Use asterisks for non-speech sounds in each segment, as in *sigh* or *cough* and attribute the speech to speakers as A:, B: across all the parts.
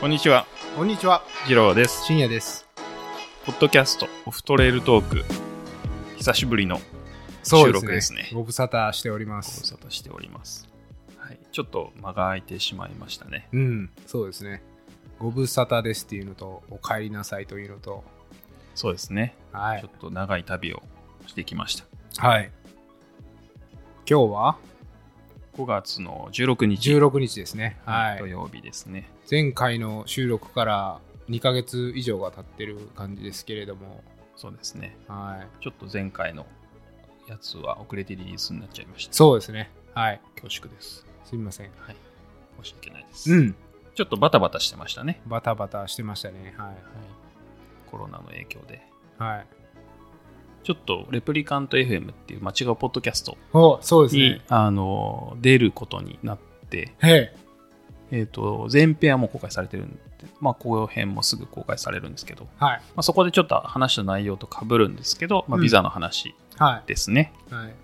A: こんにちは、
B: こんにちは、
A: ヒロです。
B: 深夜です。
A: ポッドキャストオフトレイルトーク、久しぶりの
B: そうで
A: 収
B: すね
A: 録ですね
B: ご無沙汰しておりま
A: ご無
B: す。
A: 沙汰しております。はい、ちょっと間が空いてしまいましたね。
B: うん、そうですね。ご無沙汰ですっていうのと、お帰りなさいというのと、
A: そうですね。
B: は
A: ちょっ
B: い。
A: と長い旅をしてきました。
B: はい。今日は
A: 5月の16日、
B: 16日ですね。は
A: 土
B: い。
A: 曜日ですね。
B: 前回の収録から2ヶ月以上が経ってる感じですけれども、
A: そうですね。
B: はい。
A: ちょっと前回のやつは遅れてリリースになっちゃいました。
B: そうですね。はい。
A: 恐縮です。
B: すみません。
A: はい。申し訳ないです。
B: うん。
A: ちょっとバタバタしてましたね。
B: バタバタしてましたね。は
A: はい。コロナの影響で。
B: い。はい。
A: ちょっとレプリカント FM っていう間違うポッドキャスト
B: お、そうです
A: に、
B: ね。
A: あの出ることになって、
B: へ
A: えー、と前編はもう公開されてるんで、まあ、後編もすぐ公開されるんですけど、ま
B: え。はい。
A: あ、そこでちょっと話した内容とかぶるんですけど、まあ、
B: うん
A: ビザの話
B: は
A: ですね、
B: い。はい。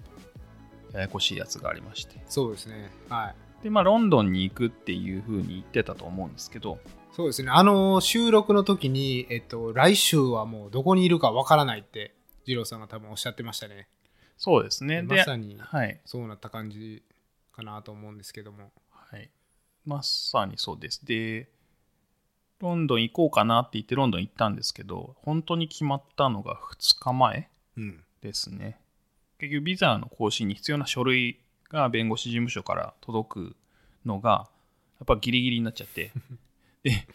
A: ややこしいやつがありまして
B: そうですね。はい。
A: で、まあ、ロンドンに行くっていうふうに言ってたと思うんですけど
B: そうですね、あの収録の時に、えっと、来週はもうどこにいるかわからないって、二郎さんが多分おっしゃってましたね。
A: そうですねで
B: まさに
A: はい
B: そうなった感じかなと思うんですけども。
A: はい、まさにそうですでロンドン行こうかなって言ってロンドン行ったんですけど本当に決まったのが2日前
B: うん、
A: ですね。結局ビザの更新に必要な書類が弁護士事務所から届くのがやっぱギリギリになっちゃってで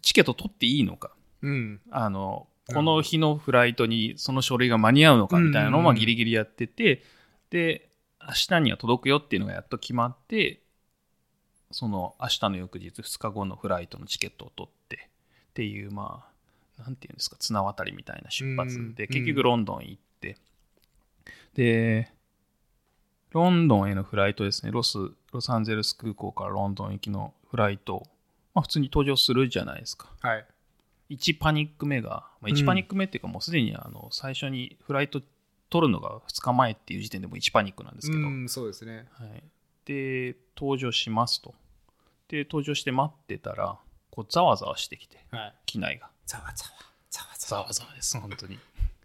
A: チケット取っていいのか
B: うん、
A: あの
B: うん
A: この日のフライトにその書類が間に合うのかみたいなのをまあ
B: うんうんうん
A: ギリギリやっててで明日には届くよっていうのがやっと決まってその明日の翌日2日後のフライトのチケットを取ってっていうまあなんていうんですか綱渡りみたいな出発で
B: うん
A: 結局ロンドン行ってでロンドンへのフライトですねロスロサンゼルス空港からロンドン行きのフライトまあ普通に搭乗するじゃないですか
B: はい。
A: 1パニック目が、まあ、
B: う
A: 1
B: ん
A: パニック目っていうかもうすでにあの最初にフライト取るのが2日前っていう時点でもう1パニックなんですけど、
B: うん、そうですね。
A: はい、で登場しますとで登場して待ってたらこうざわざわしてきて
B: はい。
A: 機内が
B: ざわざわ、ざわ
A: ざわざわです本当に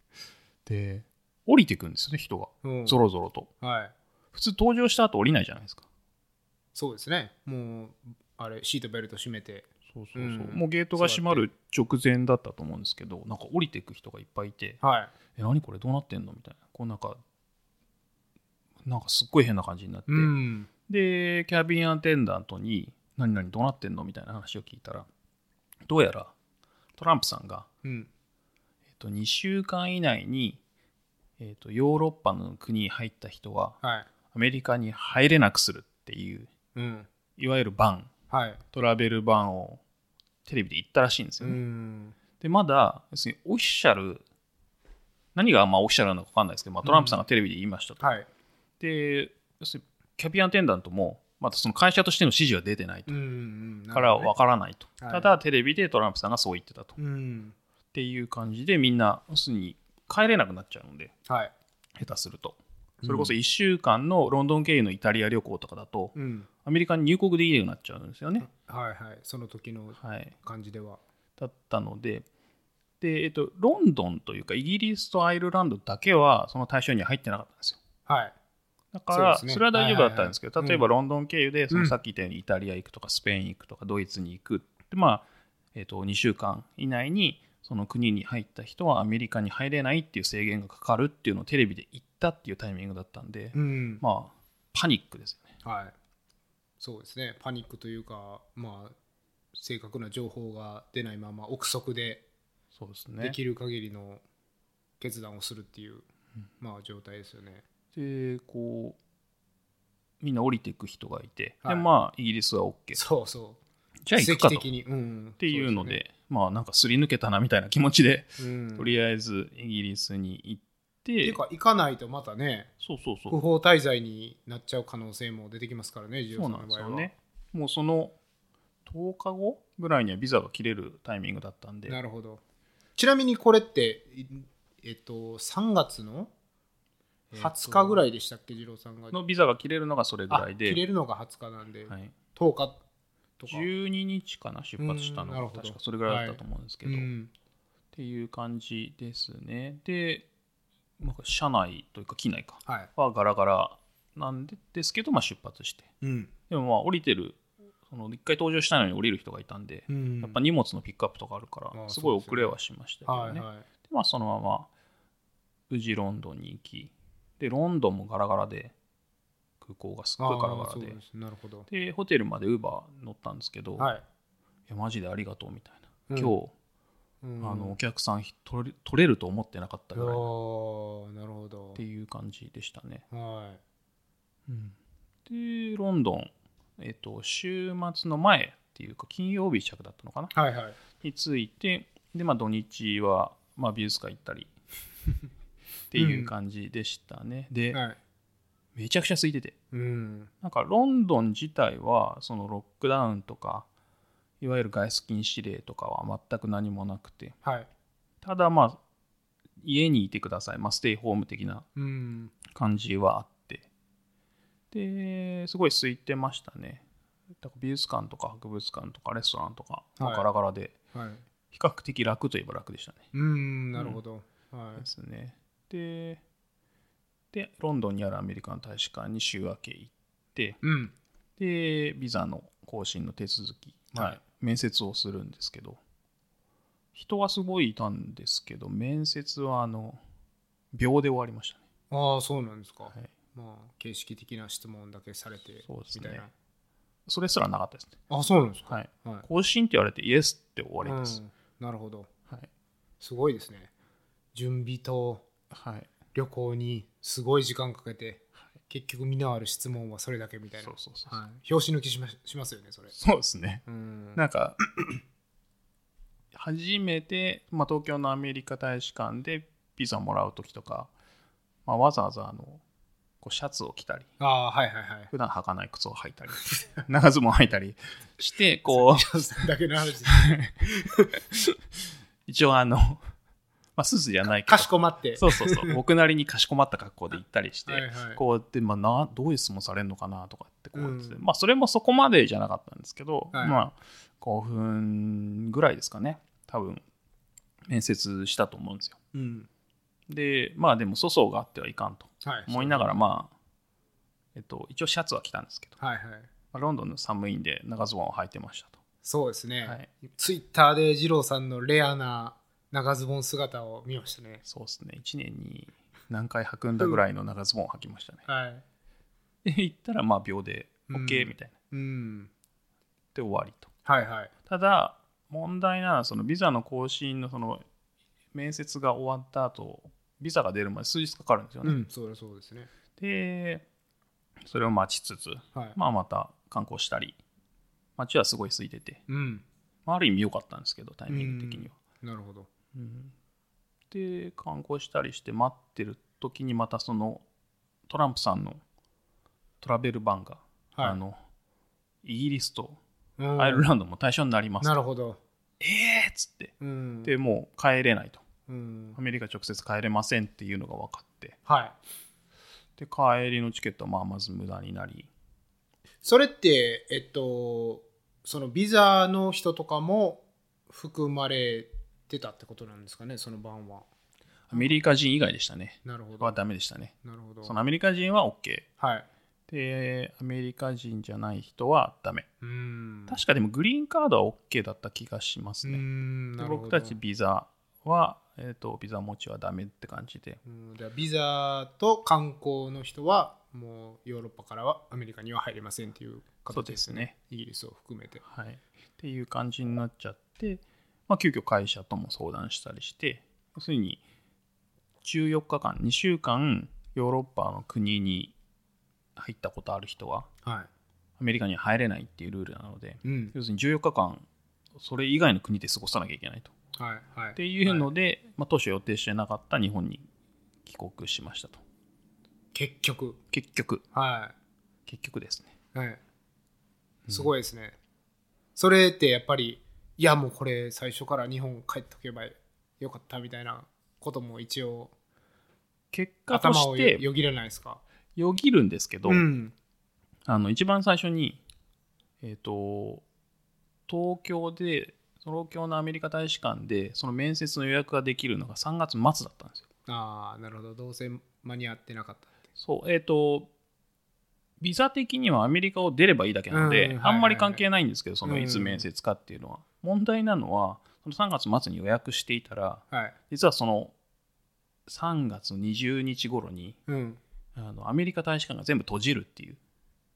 A: *laughs* で降りてくんですよね人が
B: わ。うん
A: ぞろぞろと
B: はい。
A: 普通登場した後降りないじゃないですか
B: そうですね。もう、あれ、シートベルト締めて。
A: そうそうそう、
B: うん
A: もうゲートが閉まる直前だったと思うんですけどなんか降りてく人がいっぱいいて
B: はい。
A: え何これどうなってんのみたいなこうなんかなんかすっごい変な感じになって、
B: うん。
A: でキャビンアテンダントに「何々どうなってんの?」みたいな話を聞いたらどうやらトランプさんが、
B: うん。
A: えっと、2週間以内に、えっと、ヨーロッパの国に入った人は
B: はい。
A: アメリカに入れなくするっていう
B: うん。
A: いわゆるバン
B: はい。
A: トラベルバンをテレビで言ったらしいんです
B: う
A: よね。
B: ん。
A: でまだ要するにオフィシャル何がまあオフィシャルなのか分かんないですけど、まあ、トランプさんがテレビで言いましたと。
B: はい。
A: で要するにキャビンアテンダントもまたその会社としての指示は出てないと、
B: うんうん。なるほどね
A: からは分からないと、
B: はい
A: ただテレビでトランプさんがそう言ってたと、っ
B: うん。
A: ていう感じでみんな要するに帰れなくなっちゃうので
B: はい。
A: 下手するとそれこそ1週間のロンドン経由のイタリア旅行とかだと、
B: うん。
A: アメリカに入国できなくなっちゃうんですよね、
B: はいはい。その時の
A: はい、
B: 感じでは。
A: だったのでで、えっと、ロンドンというかイギリスとアイルランドだけはその対象には入ってなかったんですよ
B: はい。
A: だから
B: そうです
A: そ,、
B: ね
A: れは大丈夫だったんですけど、
B: はいはいはい
A: 例えばロンドン経由で、その
B: うん
A: さっき言ったようにイタリア行くとかスペイン行くとかドイツに行くで、まあえっと2週間以内にその国に入った人はアメリカに入れないっていう制限がかかるっていうのをテレビで言ったっていうタイミングだったんで、
B: うん。
A: まあパニックですよね。
B: はい、そうですね、パニックというか、まあ、正確な情報が出ないまま、憶測で
A: そうです
B: で
A: ね
B: きる限りの決断をするっていう、まあ、状態ですよね。
A: でこうみんな降りていく人がいて、
B: はい
A: でまあイギリスは OK
B: そうそう、
A: じゃあ行くかとっ
B: 奇跡に、うん、って
A: いうのでまあなんかすり抜けたなみたいな気持ちで、
B: そうですね、うん、
A: とりあえずイギリスに行っ
B: って
A: て
B: いうか、行かないとまたね、
A: そうそうそう
B: 不法滞在になっちゃう可能性も出てきますからね、ジオ
A: そ
B: さ
A: うんなん
B: の
A: で
B: 場
A: す
B: 合は。
A: よね。もうその10日後ぐらいにはビザが切れるタイミングだったんで、
B: なるほどちなみにこれって、いえっと、3月の20日ぐらいでしたっけ、二郎さんが。
A: のビザが切れるのがそれぐらい
B: あ切れ
A: で、
B: るのが20日なんで、
A: はい、
B: 10日とか。
A: 12日かな出発したの
B: うんなる
A: が
B: ほど
A: 確かそれぐらいだったと思うんですけ
B: う
A: ど、っ
B: ん、
A: ていう感じですねで、まあ、車内というか機内か
B: はい。
A: はガラガラなんでですけど、まあ、出発して
B: うん。
A: でもまあ降りてるその一回登場したのに降りる人がいたんで、
B: うん
A: やっぱ荷物のピックアップとかあるか
B: あ
A: ら
B: あ
A: すごい
B: そうです
A: 遅
B: よね
A: れはしましたけどね
B: はいはい。
A: でまあそのまま宇治ロンドンに行きでロンドンもガラガラで空港がすっごいガラガ
B: ああ
A: ラ
B: そう
A: で
B: ですなるほど。
A: でホテルまでウーバー乗ったんですけど、
B: はい。
A: いやマジでありがとうみたいな、
B: うん
A: 今
B: うん
A: 日あのお客さんひ取れ取れると思ってなかった
B: あ
A: ぐらいっ
B: あなるほど
A: て。いう感じでしたね、
B: は。
A: でロンドン、えっと週末の前っていうか金曜日着だったのかない
B: はいはい。
A: についてで、まあ、土日は、まあ、美術館行った
B: *laughs*
A: りっていう感じでしたね、で、
B: はい。
A: めちゃくちゃ空いてて
B: うん。
A: なんかロンドン自体はそのロックダウンとかいわゆる外出禁止令とかは全く何もなくて
B: はい。
A: ただまあ家にいてください、まあ、ステイホーム的な
B: うん。
A: 感じはあってですごい空いてましたねだから美術館とか博物館とかレストランとか、まあ
B: はい
A: ガラガラで
B: はい。
A: 比較的楽といえば楽でしたね、
B: うん、なるほど。は
A: ですねででロンドンにあるアメリカの大使館に週明け行って
B: い。うん。
A: でビザの更新の手続き、まあ
B: はい
A: 面接をするんですけど人はすごいいたんですけど面接はあの秒で終わりましたね、
B: ああ、そうなんですか。
A: はい、
B: まあ、形式的な質問だけされて、
A: そうです
B: み
A: ね
B: たいな。
A: それすらなかったですね、
B: あそうなんですか。
A: はい、
B: はい。
A: 更新って言われてイエスって終わり
B: う
A: です、
B: んなるほど。
A: はい
B: すごいですね。準備と
A: はい
B: 旅行にすごい時間かけて、結局身のある質問はそれだけみたいな。
A: そうそうそうそう、
B: はい、表紙抜きしましますよね、それ。
A: そうですね
B: うん。
A: なんか *coughs* 初めて、まあ、東京のアメリカ大使館でビザもらう時とか、まあ、わざわざあのこうシャツを着たり
B: ああ、はいはいはい。 *laughs*
A: 普段履かない靴を履いたり *laughs* 長ズボン履いたりしてこ
B: *laughs*
A: う
B: だけの話
A: *laughs*
B: です。
A: 一応あの、まあ、スーツじゃないけ
B: か
A: ど
B: しこまって。
A: そうそう
B: *laughs*
A: そう僕なりにかしこまった格好で行ったりして、
B: はいはい
A: こうやって、まあ、などういう質問されるのかなとかってこうやってて、
B: うん
A: まあそれもそこまでじゃなかったんですけど、
B: はい
A: まあ5分ぐらいですかね多分面接したと思うんですよ
B: うん。
A: でまあでも粗相があってはいかんと
B: はい。
A: 思いながらまあえっと一応シャツは着たんですけど
B: はいはい。
A: まあロンドンの寒いんで長ズボンを履いてましたと
B: そうですね。
A: はい
B: ツイッターで二郎さんのレアな長ズボン姿を見ましたね。
A: そうですね1年に何回履くんだぐらいの長ズボンを履きま
B: *laughs*
A: したね、
B: はい。
A: で行ったらまあ秒で
B: うん
A: OK みたいな、
B: うん。
A: で終わりと
B: はいはい。
A: ただ問題なのはそのビザの更新のその面接が終わった後ビザが出るまで数日かかるんですよ
B: う
A: ね、
B: ん、そうだそうですね。
A: でそれを待ちつつ、
B: はい。
A: まあ、また観光したり街はすごい空いてて、
B: うん。
A: まあ、ある意味良かったんですけどタイミング的には、
B: なるほど。
A: うんで観光したりして待ってる時にまたそのトランプさんのトラベル版が、
B: はい
A: あのイギリスと
B: うん
A: アイルランドも対象になります、
B: なるほど。
A: えーっつって
B: うん。
A: でもう帰れないと
B: うん
A: アメリカ直接帰れませんっていうのが分かって
B: はい。
A: で帰りのチケットはまあまず無駄になり
B: それって、えっと、そのビザの人とかも含まれてたってことなんですかね、その晩は。
A: アメリカ人以外でしたね
B: なるほど。
A: はダメでしたね
B: なるほど。
A: そのアメリカ人は OK
B: はい。
A: でアメリカ人じゃない人はダメ
B: うん。
A: 確かでもグリーンカードは OK だった気がします
B: う
A: ね
B: ん
A: で
B: なるほ
A: 僕
B: ど
A: たちビザは、えー、とビザ持ちはダメって感じで
B: うんじゃあビザと観光の人はもうヨーロッパからはアメリカには入れませんっていう
A: そう
B: 形
A: で
B: ですすね
A: ね、
B: イギリスを含めて
A: はい、っていう感じになっちゃって、まあ、急遽会社とも相談したりして要するに14日間2週間ヨーロッパの国に入ったことある人は
B: は
A: アメリカには入れないっていうルールなので
B: いうん
A: 要するに14日間それ以外の国で過ごさなきゃいけないと
B: はいはい
A: っていうので、まあ、当初予定してなかった日本に帰国しましたと
B: 結局
A: 結局
B: は
A: 結局ですね
B: いはいすごいですね、それってやっぱりいやもうこれ最初から日本帰っておけばよかったみたいなことも一応
A: 結果と
B: 頭を
A: し
B: よ
A: て
B: よぎれないですか
A: よぎるんですけど、
B: うん
A: あの一番最初に、えー、と東京で東京のアメリカ大使館でその面接の予約ができるのが3月末だったんですよ
B: ああなるほどどうせ間に合ってなかったって
A: そうえっ、とビザ的にはアメリカを出ればいいだけなので、
B: うんはい
A: あんまり関係ないんですけどそのいつ
B: うん
A: 面接かっていうのは、問題なのはその3月末に予約していたら
B: はい
A: 実はその3月20日頃に
B: うん
A: あのアメリカ大使館が全部閉じるっていう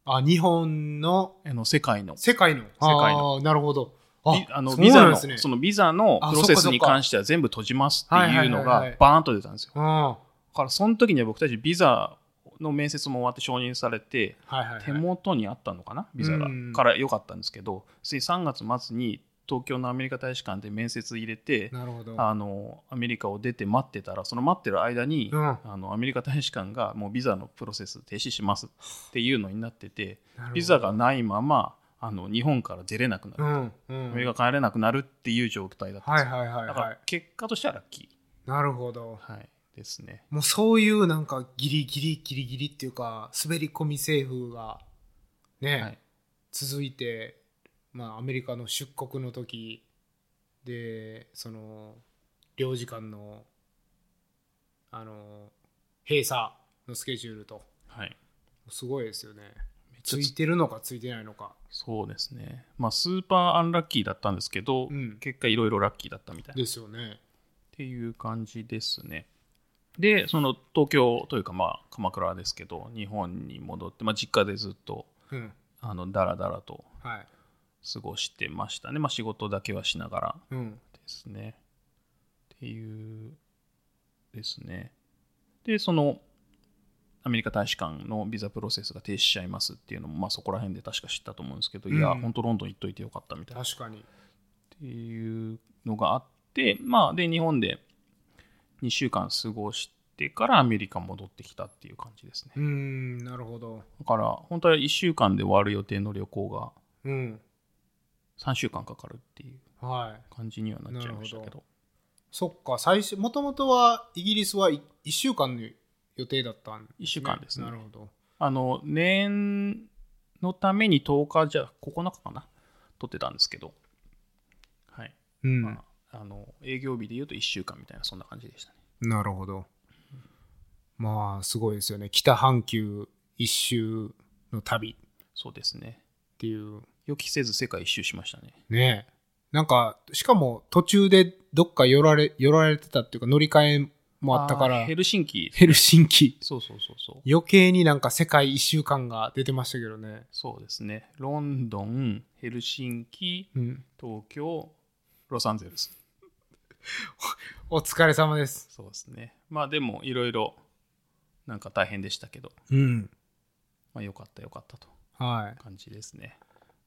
B: あ日本の
A: あの世界の
B: 世界の世
A: 界の
B: あーなるほど
A: ビあの
B: そう
A: ビザ
B: な
A: の
B: んです
A: そ,、
B: ね
A: のビザの
B: あ
A: プロセ
B: そ
A: ス
B: っかそっ
A: に
B: か
A: 関しては全部閉じますっていうの
B: はいはいはいは
A: が
B: い
A: バーンと出たんですよ。
B: あ
A: だからその時には僕たちビザの面接も終わって承認されて
B: あはいはい、はい、
A: 手元にあったのかなビザが
B: うん
A: から良かったんですけどつい3月末に東京のアメリカ大使館で面接入れて
B: なるほど
A: あのアメリカを出て待ってたらその待ってる間に、
B: うん
A: あのアメリカ大使館がもうビザのプロセス停止しますっていうのになってて
B: なるほど
A: ビザがないままあの日本から出れなくな
B: う
A: る、
B: んうん
A: アメリカ帰れなくなるっていう状態だったんです
B: はい
A: よ、
B: はいはい
A: だか
B: は
A: ら結果としてはラッキ
B: いなるほど
A: ー、はい、ですね
B: もうそういうなんかギリギリギリギリっていうか滑り込み政府がね、
A: はい
B: 続いて、まあ、アメリカの出国の時でその領事館のあの閉鎖のスケジュールと
A: はい
B: すごいですよね
A: めっち
B: つ
A: ゃ
B: いてるのかついてないのか
A: そうですねまあスーパーアンラッキーだったんですけど、
B: うん
A: 結果いろいろラッキーだったみたいな
B: ですよね
A: っていう感じですね。で、その東京というか、まあ、鎌倉ですけど、日本に戻って、まあ、実家でずっと、
B: うん
A: あの、だらだらと
B: はい
A: 過ごしてましたね。まあ、仕事だけはしながら
B: うん
A: ですね。っていう、ですね。で、その、アメリカ大使館のビザプロセスが停止しちゃいますっていうのも、まあ、そこら辺で確か知ったと思うんですけど、いや、
B: うん
A: 本当ロンドン行っといてよかったみたいな。
B: 確かに
A: っていうのがあって、まあ、で、日本で2週間過ごしてからアメリカ戻ってきたっていう感じですね
B: う。ーんなるほど
A: だから、本当は1週間で終わる予定の旅行が
B: うん
A: 3週間かかるっていう
B: はい
A: 感じにはなっちゃいましたけ
B: なる
A: ど。
B: そっか最初もともとはイギリスは1週間の予定だったんです、
A: 一週間ですね
B: なるほど
A: あの、年のために10日じゃ、9日かな取ってたんですけど、はい。
B: うん、
A: まあ、あの、営業日で言うと1週間みたいな、そんな感じでしたね。
B: なるほど。まあ、すごいですよね。北半球一周の旅っ
A: そうですね。
B: ていう。
A: 予期せず世界一周しましたね。
B: ねえなんか、しかも途中でどっか寄られ、寄られてたっていうか乗り換えもあったか
A: ー
B: ら
A: ヘ、ルシンキ。
B: ヘルシンキ。
A: そうそうそうそう。
B: 余計になんか世界一周感が出てましたけどね。
A: そうですね。ロンドン、ヘルシンキ、
B: うん。
A: 東京、ロサンゼルス。
B: お疲れ様です。
A: そうですね。まあでも、いろいろ、なんか大変でしたけど、
B: うん。
A: まあよかったよかったと
B: はい。
A: 感じですね。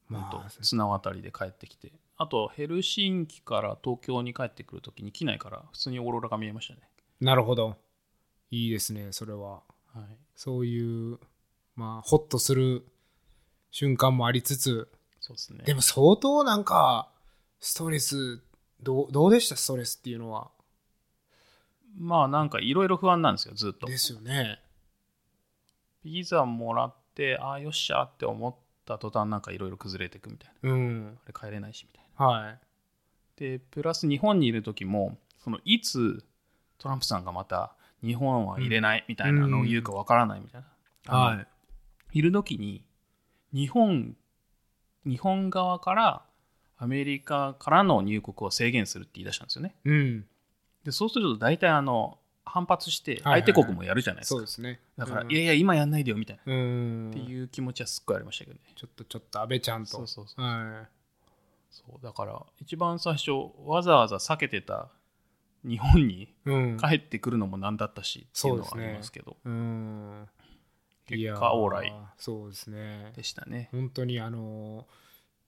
B: ま
A: 本
B: あ
A: 当、綱渡りで帰ってきて。あと、ヘルシンキから東京に帰ってくるときに、機内から普通にオーロラが見えましたね。
B: なるほど。いいですね、それは。
A: はい。
B: そういう、まあ、ホッとする瞬間もありつつ、
A: そうですね。
B: でも相当なんかストレスどうどうでしたストレスっていうのは
A: まあなんかいろいろ不安なんですよ、ずっと。
B: ですよね
A: ビザもらって、ああ、よっしゃーって思った途端、なんかいろいろ崩れていくみたいな。
B: うん
A: あれ帰れないしみたいな。
B: は
A: でプラス日本にいる時もそのいつトランプさんがまた日本は入れないみたいなのを言うかわからないみたいな、
B: い
A: あのいる時に日本日本側からアメリカからの入国を制限するって言い出したんですよね
B: いうん
A: でそうすると大体あの反発して
B: はいはい
A: 相手国もやるじゃないですか、
B: そうですね
A: だから、
B: うん
A: いやいや今やんないでよみたいな、
B: うん
A: っていう気持ちはすっごいありましたけどね
B: ちょっとちょっと安倍ちゃんと
A: そうそうそう
B: は
A: そうだから一番最初わざわざ避けてた日本に
B: いうん
A: 帰ってくるのもなんだったしっていうのはありますけど
B: うん
A: 結果
B: いやー
A: 往来
B: そうですね
A: でしたね
B: 本当にあの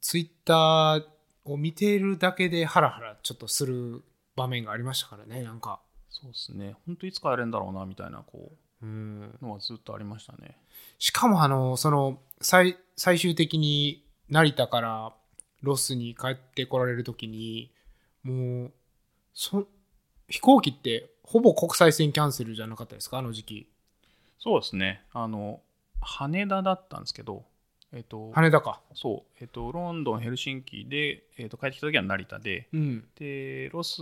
B: ツイッターを見ているだけでハラハラちょっとする場面がありましたからねなんか
A: そうですね本当いつ帰れるんだろうなみたいなこ
B: うん
A: うのはずっとありましたね
B: しかもあの、その、最、最終的に成田からロスに帰ってこられるときに、もう、そ、飛行機ってほぼ国際線キャンセルじゃなかったですかあの時期。
A: そうですねあの羽田だったんですけどえっ、と、
B: 羽田か。
A: そう、えっ、と、ロンドン、ヘルシンキで、えっと帰ってきた時は成田で、
B: うん。
A: で、ロス、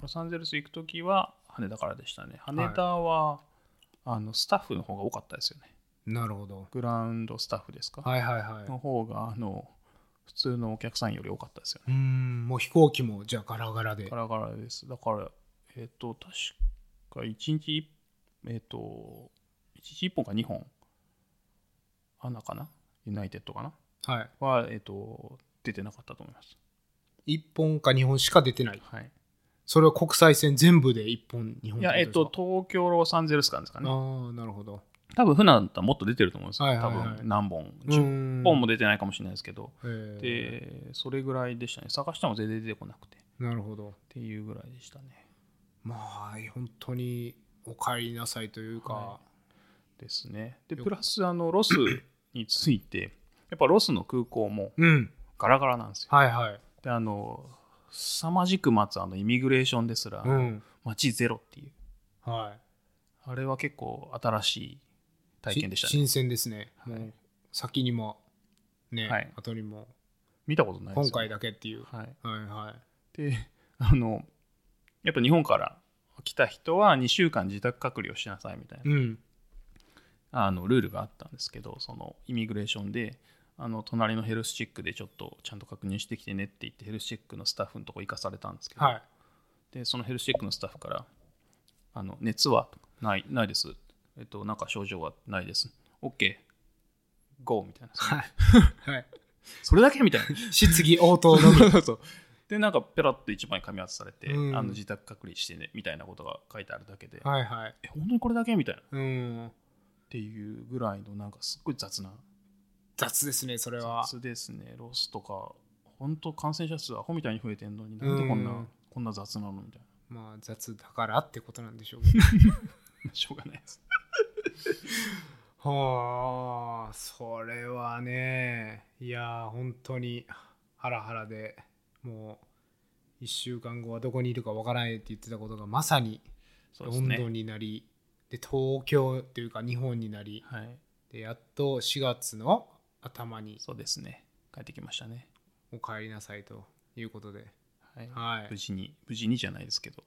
A: ロサンゼルス行く時は羽田からでしたね。羽田は、あのスタッフの方が多かったですよね。
B: なるほど。
A: グラウンドスタッフですか、
B: はいはいはい。
A: の方が、あの、普通のお客さんより多かったですよね。
B: うーん、もう飛行機もじゃあガラガラで
A: ガ。ラガラです。だから、えっ、と、確か1日い、えっ、と、1日1本か2本、アナかなユナイテッドかな
B: は
A: は、えっ、と、出てなかったと思います。
B: い。1本か2本しか出てない。
A: はい。
B: それは国際線全部で1本、2本
A: いや、えっ、と
B: こ、
A: 東京、ロサンゼルス間ですか
B: とで
A: ね。
B: すかああ、なるほど。
A: 多分、普段だったらもっと出てると思うんですよ。
B: はいはいはい
A: 多分、何本。
B: うー
A: 10
B: ん
A: 本も出てないかもしれないですけど。
B: えー
A: で、それぐらいでしたね。探しても全然出てこなくて。っ
B: なるほど。
A: ていうぐらいでしたね。
B: まあ、本当にお帰りなさいというか、
A: はですね。で、
B: よ
A: プラス、あの、ロスについて、やっぱロスの空港も
B: うん。
A: ガラガラなんですよ。
B: はいはい。
A: で、あの、凄まじく待つあのイミグレーションですら、
B: うん。
A: 街ゼロっていう、
B: はい。
A: あれは結構新しい体験でした
B: し
A: ね。
B: 新鮮ですね。
A: はい
B: もう先にも、ね、
A: はい
B: 後にも、
A: 見たことないです
B: 今
A: よ
B: 回だけっていう。
A: はい。
B: はいは
A: で、あの、やっぱ日本から来た人は2週間自宅隔離をしなさいみたい
B: い。
A: な、
B: うん。
A: あの、ルールがあったんですけど、そのイミグレーションで、あの隣のヘルスチェックでちょっとちゃんと確認してきてねって言ってヘルスチェックのスタッフのとこ行かされたんですけど、
B: はい。
A: でそのヘルスチェックのスタッフから「あの熱はないないです」えっと「なんか症状はないです」OK「GO」みたいな、
B: はい。 *laughs* はい。
A: それだけみたいな
B: 質疑応答のみ。
A: *laughs* そうそうでなんかペラッと一枚紙渡されて、
B: うん
A: あの自宅隔離してねみたいなことが書いてあるだけで、
B: はいはい。
A: え本当にこれだけみたいなっ
B: うん。
A: ていうぐらいのなんかすっごい雑な
B: 雑ですね、それは。
A: 雑ですねロスとか本当感染者数アホみたいに増えてんのになんでこんな、
B: うん
A: こんな雑なのみたい
B: まあ雑だからってことなんでしょうけど。
A: なしょうがないです
B: はあ、それはね、いやー、本当にハラハラでもう1週間後はどこにいるかわからないって言ってたことがまさに
A: そう
B: ロ
A: です
B: ンド
A: ね
B: ンになり、で東京というか日本になり、
A: はい
B: でやっと4月の頭に
A: そうですね帰ってきましたね
B: お帰りなさいということで、
A: はい
B: は
A: 無
B: い、
A: 事に無事にじゃないですけど、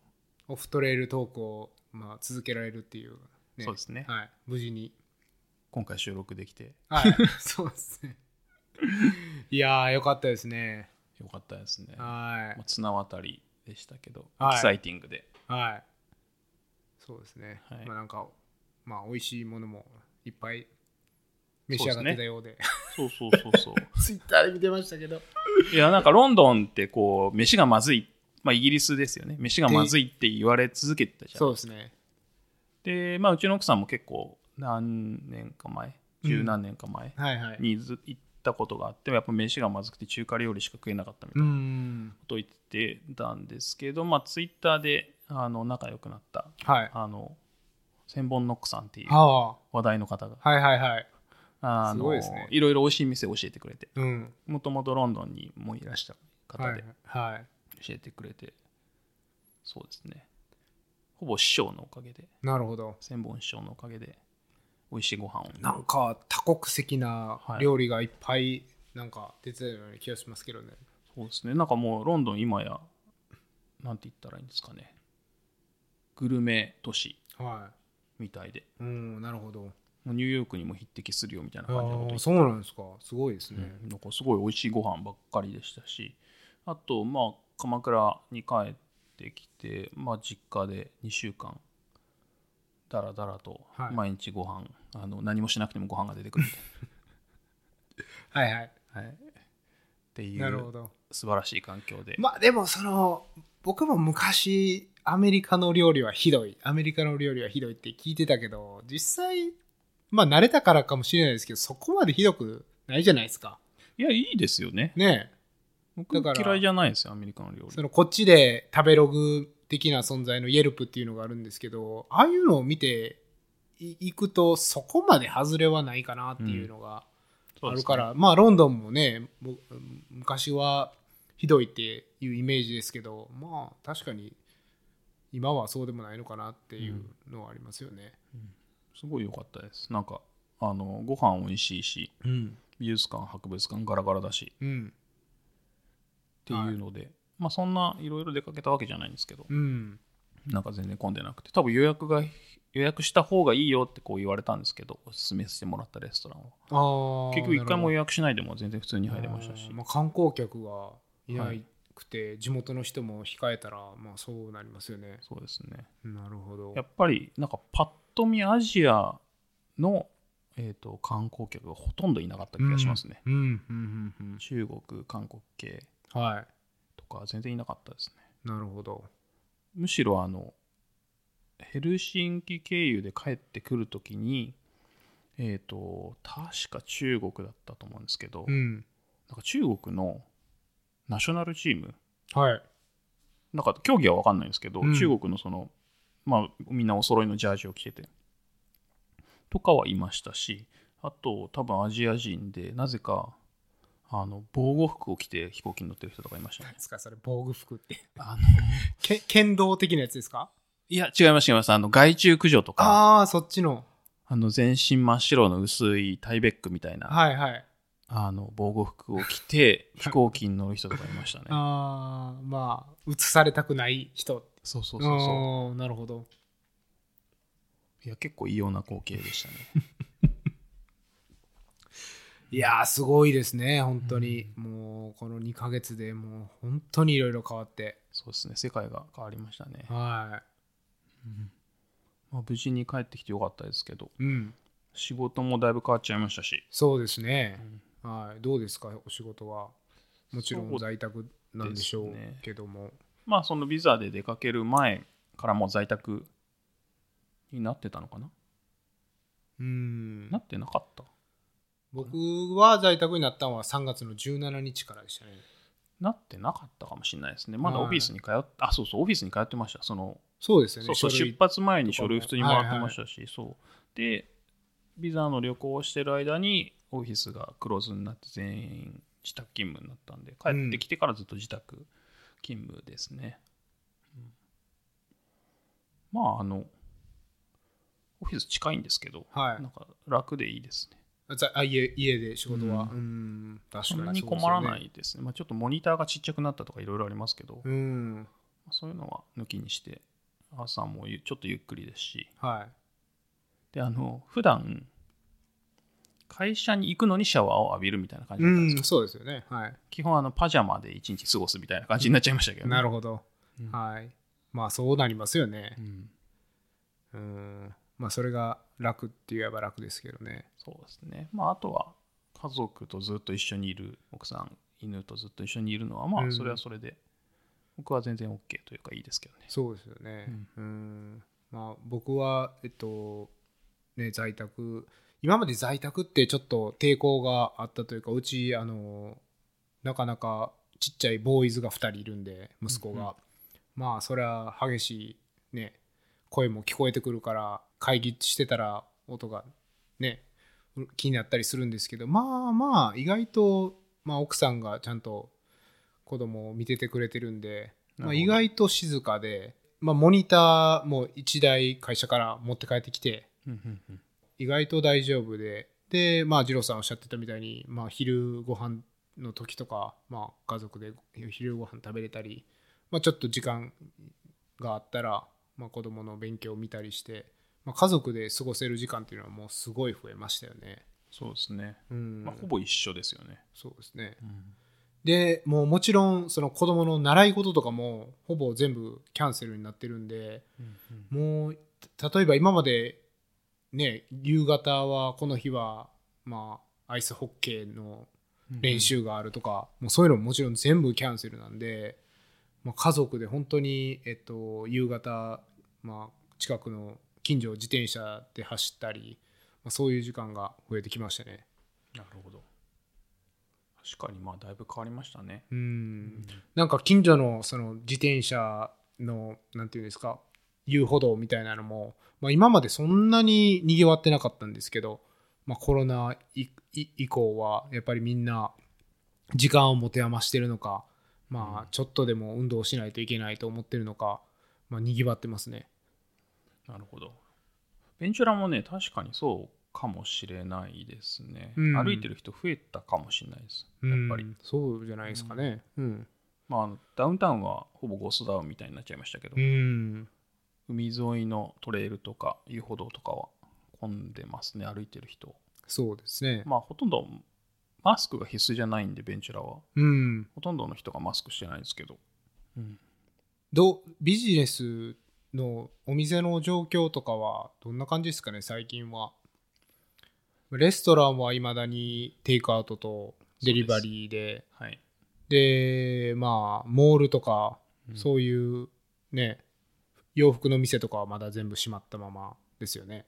B: オフトレイルトークを、まあ、続けられるっていう、ね
A: そうですね
B: はい、無事に
A: 今回収録できて *laughs*
B: はい、そうですね。いやー、よかったですね。
A: よかったですね、
B: は
A: まあ、綱渡りでしたけど、
B: はい
A: エキサイティングで
B: い。はい。そうですね。
A: はい
B: まあ、なんか、まあ、美味しいものもいっぱい召し上がってたようで。
A: そうそうそうそう
B: *laughs* ツイッターで見てましたけど。
A: *laughs* いやなんかロンドンってこう飯がまずいまあイギリスですよね飯がまずいって言われ続けてたじゃ
B: そ
A: ん
B: うですね。
A: でまあうちの奥さんも結構何年か前十何年か前
B: はいはい。
A: にず行ったことがあってやっぱ飯がまずくて中華料理しか食えなかったみたいな
B: うーん。
A: ことを言ってたんですけど、まあツイッターであの仲良くなった
B: はい。
A: あの千本ノックさんっていう
B: あ
A: 話題の方が
B: あ。はいはいはい。
A: あ
B: す
A: の
B: ご
A: い
B: いですね
A: ろいろ美味しい店を教えてくれて
B: うん。
A: もともとロンドンにもいらした
B: は
A: 方
B: い
A: で。
B: はい。
A: 教えてくれて、そうですねほぼ師匠のおかげで
B: なるほど。
A: 千本師匠のおかげで美味しいご飯を
B: なんか、多国籍な料理がいっぱい、なんか出てたような気がしますけどね。
A: そうですねなんかもうロンドン今やなんて言ったらいいんですかねグルメ都市
B: は
A: みたいで
B: い。うん、なるほど。
A: もうニューヨークにも匹敵するよみたいな
B: あ
A: 感じのこと言って
B: あ、そうなんですか。すごいですね。
A: うんなんかすごい美味しいご飯ばっかりでしたしあとまあ鎌倉に帰ってきて、まあ、実家で2週間だらだらと
B: はい
A: 毎日ご飯、あの何もしなくてもご飯が出てくるみ
B: はい *laughs* はい。
A: たいな、はい、ってい
B: なるほ
A: う
B: ど。
A: 素晴らしい環境で、
B: まあでもその、僕も昔、アメリカの料理はひどい。アメリカの料理はひどいって聞いてたけど、実際、まあ慣れたからかもしれないですけど、そこまでひどくないじゃないですか。
A: いやいいですよね
B: ね
A: 僕
B: だから
A: 嫌いじゃないですよアメリカの料
B: え。
A: 理
B: そのこっちで食べログ的な存在のイェルプっていうのがあるんですけど、ああいうのを見ていいくと、そこまで外れはないかなっていうのが
A: そう
B: あ
A: です
B: る
A: ね
B: から、まあロンドンもね、もう昔はひどいっていうイメージですけど、まあ確かに今はそうでもないのかなっていうのはありますよね。
A: すごい良かったですなんかあのご飯美味しいし
B: うん。
A: 美術館博物館ガラガラだし
B: うん。
A: っていうので、まあそんないろいろ出かけたわけじゃないんですけど、
B: うん。
A: なんか全然混んでなくて多分予約が予約した方がいいよってこう言われたんですけどおすすめしてもらったレストランは
B: ああ。
A: 結局一回も
B: なる
A: 予約しないでも全然普通に
B: ほど
A: 入れましたし
B: あーまあ、観光客がいな
A: はいい
B: くて、地元の人も控えたら、まあそうなりますよね。
A: そうですね
B: なるほど。
A: やっぱりなんかパッと見アジアの、えー、と観光客がほとんどいなかった気がしますね、
B: うん。うん。うん。うん
A: 中国韓国系
B: うん。はい。
A: とか全然いなかったですね
B: なるほど。
A: むしろあのヘルシンキ経由で帰ってくるときにえっ、と確か中国だったと思うんですけど、
B: うん。
A: なんか中国のナショナルチーム
B: はい。
A: なんか競技は分かんないんですけど、
B: うん
A: 中国のそのまあみんなお揃いのジャージを着ててとかはいましたしあと多分アジア人でなぜかあの防護服を着て飛行機に乗ってる人とかいましたね
B: ですかそれ防具服って
A: あの
B: け *laughs* 剣道的なやつですか
A: いや違います違いますあの害虫駆除とか
B: ああーそっちの
A: あの全身真っ白の薄いタイベックみたいな、
B: はいはい
A: あの防護服を着て飛行機に乗る人とかいま *laughs* したね。
B: ああまあ映されたくない人
A: そうそうそうそ
B: あーなるほど
A: う。いや結構異様な光景でしたね。
B: いやーすごいですね本当に、もうこの2ヶ月でもう本当にいろいろ変わって
A: そうですね世界が変わりましたね。
B: は
A: まあ、無事に帰ってきてよかったですけど
B: いうん
A: 仕事もだいぶ変わっちゃいましたし
B: そうですね、はいどうですかお仕事はもちろん
A: そう
B: 在宅なんでしょうけども、
A: まあそのビザで出かける前からもう在宅になってたのかな
B: うん
A: なってなかった
B: 僕は在宅になったのは3月の17日からでしたね
A: なってなかったかもしれないですね。まだ
B: はい
A: オフィスに通っあそうそうオフィスに通ってました。その
B: そうですよね
A: そうそう
B: 書類
A: 出発前に書類普
B: とかも
A: 通にもらってましたし、そうでビザの旅行をしてる間にオフィスがクローズになって全員自宅勤務になったんで帰ってきてからずっと自宅勤務ですね、うんまああのオフィス近いんですけど、
B: はい
A: なんか楽でいいですね
B: ざあ家家で仕事は、う
A: うんん、
B: 確か
A: そ
B: に
A: ん
B: う
A: な
B: です
A: に
B: よね
A: 困らないですねまあ、ちょっとモニターがちっちゃくなったとかいろいろありますけど、ま
B: うん
A: あそういうのは抜きにして朝もゆちょっとゆっくりですし
B: はい
A: であの普段会社に行くのにシャワーを浴びるみたいな感じ
B: う
A: だったんです
B: んそうですよねはい
A: 基本あのパジャマで一日過ごすみたいな感じになっちゃいましたけど、ね、
B: なるほど、
A: うん
B: はいまあそうなりますよね
A: うん
B: うん、まあそれが楽って言えば楽ですけどね
A: そうですねまああとは家族とずっと一緒にいる奥さん犬とずっと一緒にいるのはま
B: う
A: あ
B: ん
A: それはそれで、僕は全然 OK というかいいですけどね
B: そうですよねうん、まあ僕はえっとね在宅今まで在宅ってちょっと抵抗があったというかうちあのなかなかちっちゃいボーイズが2人いるんで息子が、
A: うんう
B: まあそれは激しいね声も聞こえてくるから会議してたら音がねう気になったりするんですけどまあまあ意外と、まあ、奥さんがちゃんと子供を見ててくれてるんで、まあ、
A: なる
B: 意
A: ほど
B: 外と静かで、まあ、モニターも1台会社から持って帰ってきて意外と大丈夫ででまあ二郎さんおっしゃってたみたいに、まあ、昼ご飯の時とか、まあ、家族で昼ご飯食べれたり、まあ、ちょっと時間があったら、まあ、子供の勉強を見たりして、まあ、家族で過ごせる時間っていうのはもうすごい増えましたよね。
A: そうですね、
B: うん
A: まあ、ほぼ一緒ですよね、
B: そうですね、でもうもちろんその子供の習い事とかもほぼ全部キャンセルになってるんでもうた例えば今までね夕方はこの日はまあアイスホッケーの練習があるとか、もうそういうのももちろん全部キャンセルなんで、まあ、家族で本当に、えっと、夕方、まあ、近くの近所を自転車で走ったり、まあ、そういう時間が増えてきましたね。
A: なるほど確かにまあだいぶ変わりましたね
B: うんなんか近所のその自転車のなんていうんですか遊歩道みたいなのも、まあ、今までそんなににぎわってなかったんですけど、まあ、コロナ以以以降はやっぱりみんな時間を持て余してるのか、まあ、ちょっとでも運動しないといけないと思ってるのか、まあ、にぎわってますね。
A: なるほどベンチュラもね確かにそうかもしれないですね、
B: うん
A: 歩いてる人増えたかもしれないです
B: や
A: やっぱり、
B: そうじゃないですかねうん、
A: まああの、ダウンタウンはほぼゴーストダウンみたいになっちゃいましたけど、
B: うん、
A: 海沿いのトレイルとか遊歩道とかは混んでますね歩いてる人
B: そうですね
A: まあほとんどマスクが必須じゃないんでベンチュラは
B: うん
A: ほとんどの人がマスクしてないですけど、うん、
B: どうビジネスのお店の状況とかはどんな感じですかね最近はレストランはいまだにテイクアウトとデリバリーで
A: はい、
B: でまあモールとか
A: う
B: そういうね洋服の店とかはまだ全部閉まったままですよね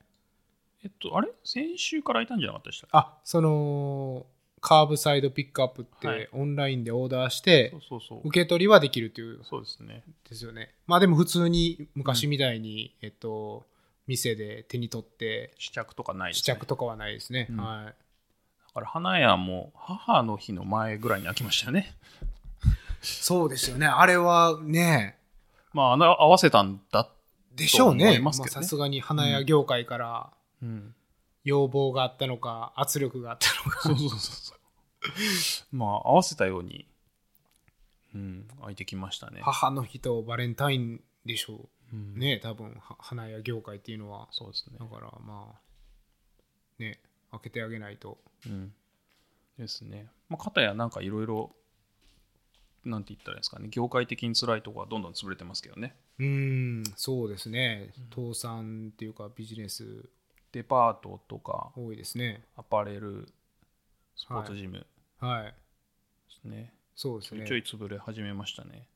A: えっとあれ先週から開いたんじゃなかったでしたっ
B: あそのカーブサイドピックアップっ
A: はい
B: てオンラインでオーダーし
A: け
B: て
A: そうそうそう
B: 受け取りはできるという
A: そうですね
B: ですよねまあでも普通に昔みたいに、えっと店で手に取って
A: 試着とかないで
B: 試
A: す、ね、
B: 着とかはないですね、
A: うん
B: はい
A: だから花屋も母の日の前ぐらいに開きましたよね
B: そうですよねあれはね
A: まああの合わせたんだ、
B: でしょう
A: と
B: ね
A: 思い
B: まあ
A: ますけどね
B: さすがに花屋業界から
A: うん、
B: 要望があったのか圧力があったのか
A: そうそうそうそうまあ合わせたようにうん開いてきましたね、
B: 母の日とバレンタインでしょ
A: うん
B: うね多分は花屋業界っていうのは
A: そうですね
B: だからまあね開けてあげないと
A: うん、ですね。まあ、片やなんかいろいろ、なんて言ったらいいですかね、業界的に辛いとこはどんどん潰れてますけどね。
B: うーんそうですね倒産っていうかビジネス
A: デパートとか、
B: 多いですね
A: アパレル、スポーツジムで
B: はい
A: すね。
B: そうで
A: ち
B: す
A: ょい
B: ね
A: ちょい潰れ始めましたね。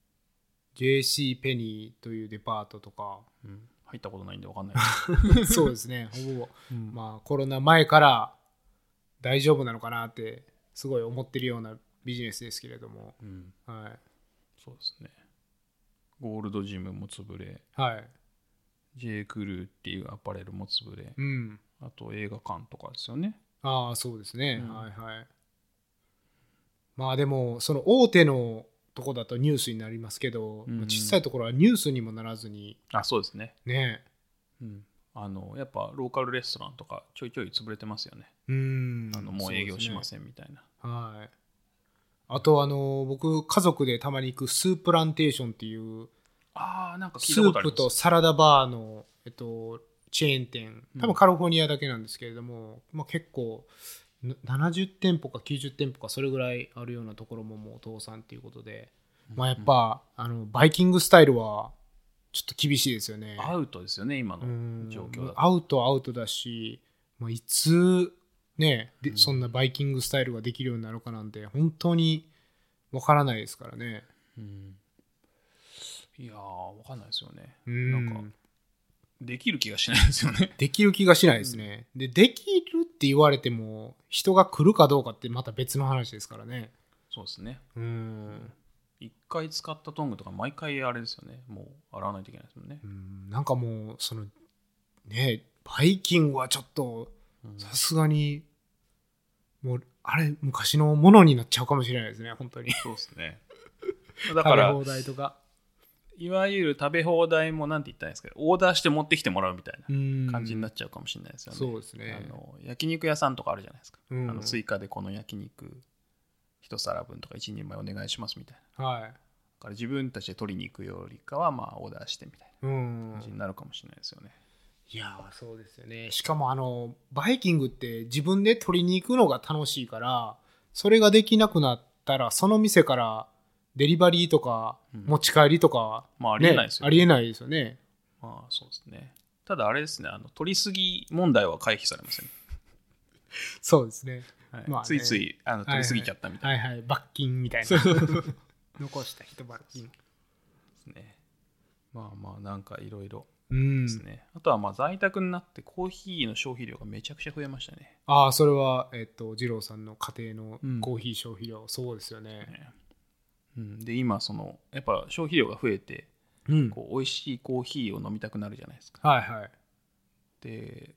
B: JC ペニーというデパートと
A: *laughs*
B: か
A: うん、入ったことないんで分かんないで
B: そうですねほぼ
A: す。うん
B: まあコロナ前から大丈夫なのかなってすごい思ってるようなビジネスですけれども
A: うん、
B: は
A: そうですね。ゴールドジムも潰れ、
B: いはい
A: J. クルーっていうアパレルも潰れ、
B: うん
A: あと映画館とかですよね。
B: ああそうですね、
A: うん
B: はいはいまあでもその大手のとこだとニュースになりますけど、
A: うんうん
B: 小さいところはニュースにもならずに
A: あ、そうですね。
B: ね
A: うん、あのやっぱローカルレストランとかちょいちょい潰れてますよね。
B: うん
A: あのもう営業しま
B: ん、
A: せんみたいな。
B: はいあとあの僕家族でたまに行くスープランテーションっていう
A: ああ、なんか聞い
B: ス
A: たことあ
B: ー
A: り
B: プ
A: ま
B: と
A: す。
B: サラダバーの、えっと、チェーン店
A: うん
B: 多分カリフォルニアだけなんですけれども、まあ、結構な70店舗か90店舗かそれぐらいあるようなところももう倒産っていうことで、まあ、やっぱ、あのバイキングスタイルはちょっと厳しいですよね。
A: アウトですよね、今
B: う
A: の
B: ん
A: 状況だと。
B: アウトはアウトだし、まあ、いつねで、
A: うん
B: そんなバイキングスタイルができるようになるかなんて本当にわからないですからね。
A: うんいやー、わかんないですよね。
B: うん
A: なんかできる気がしないですよ *laughs* ね。
B: できる気がしないですね、でできるって言われても人が来るかどうかってまた別の話ですからね
A: そうですね。
B: うん
A: 一回使ったトングとか、毎回あれですよね。もう洗わないといけないですもんね
B: う。んなんかもうそのねバイキングはちょっと
A: うん
B: さすがにもうあれ昔のものになっちゃうかもしれないですね本当に
A: そうですね。だから
B: 食べ、放題とか
A: いわゆる食べ放題も、なんて言ったらいいんですか、オーダーして持ってきてもらうみたいな
B: 感
A: 感じにな
B: っ
A: っちゃうかもしれないです
B: ち
A: よね。
B: そうですね
A: あの焼肉屋さんとかあるじゃないですか。
B: うん
A: あの追加でこの焼肉一皿分とか一人前お願いしますみたいな。
B: はい
A: だから自分たちで取りに行くよりかはまあオーダーしてみたい
B: うん
A: な感じになるかもしれないですよね。
B: いやーそうですよねしかもあのバイキングって自分で取りに行くのが楽しいからそれができなくなったらその店からデリバリーとか
A: うん
B: 持ち帰りとか、
A: まああ
B: あ
A: りえないですよ
B: あ
A: ね。
B: りえないですよね
A: まあそうですね。ただあれですね、あの取りすぎ問題は回避されません。
B: そうですね
A: はい
B: まあね
A: ついついあの取りすぎちゃったみたい
B: はいはい罰金みたいな *laughs* 残した人罰金
A: ですね。まあまあなんかいろいろ
B: うん
A: ですね。あとはまあ在宅になってコーヒーの消費量がめちゃくちゃ増えましたね。
B: ああそれはえっと二郎さんの家庭
A: うん
B: のコーヒー消費量、そうですよね
A: ねうん、で今そのやっぱ消費量が増えて
B: うん
A: こう美味しいコーヒーを飲みたくなるじゃないですか。
B: はいはい
A: で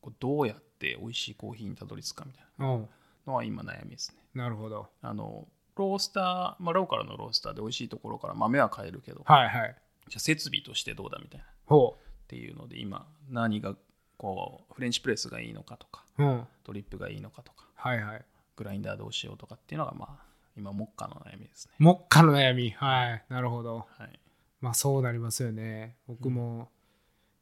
A: こうどうやって美味しいコーヒーにたどり着くかみたいな
B: うん
A: のは今悩みですね。
B: なるほど
A: あのロースター、まあ、ローカルのロースターで美味しいところから豆は買えるけど、
B: はいはい
A: じゃあ設備としてどうだみたいなっ
B: ほ
A: ていうので今何がこうフレンチプレスがいいのかとか
B: うん。
A: ドリップがいいのかとか
B: はいはい。
A: グラインダーどうしようとかっていうのがまあ今目下の悩みですね、
B: 目下の悩み。はい。なるほど。
A: はい、
B: まあそうなりますよね。僕も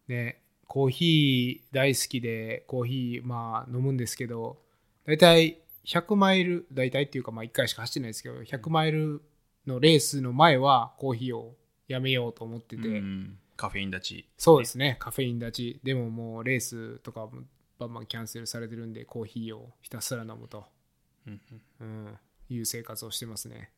B: ね、コーヒー大好きで、コーヒーまあ飲むんですけど、大体100マイル、大体っていうかまあ1回しか走ってないですけど、100マイルのレースの前はコーヒーをやめようと思ってて、
A: うんカフェイン立ち
B: そうですね、カフェイン立ち。でももうレースとかもバンバンキャンセルされてるんで、コーヒーをひたすら飲むと、
A: うんうん
B: うん、いう生活をしてますね。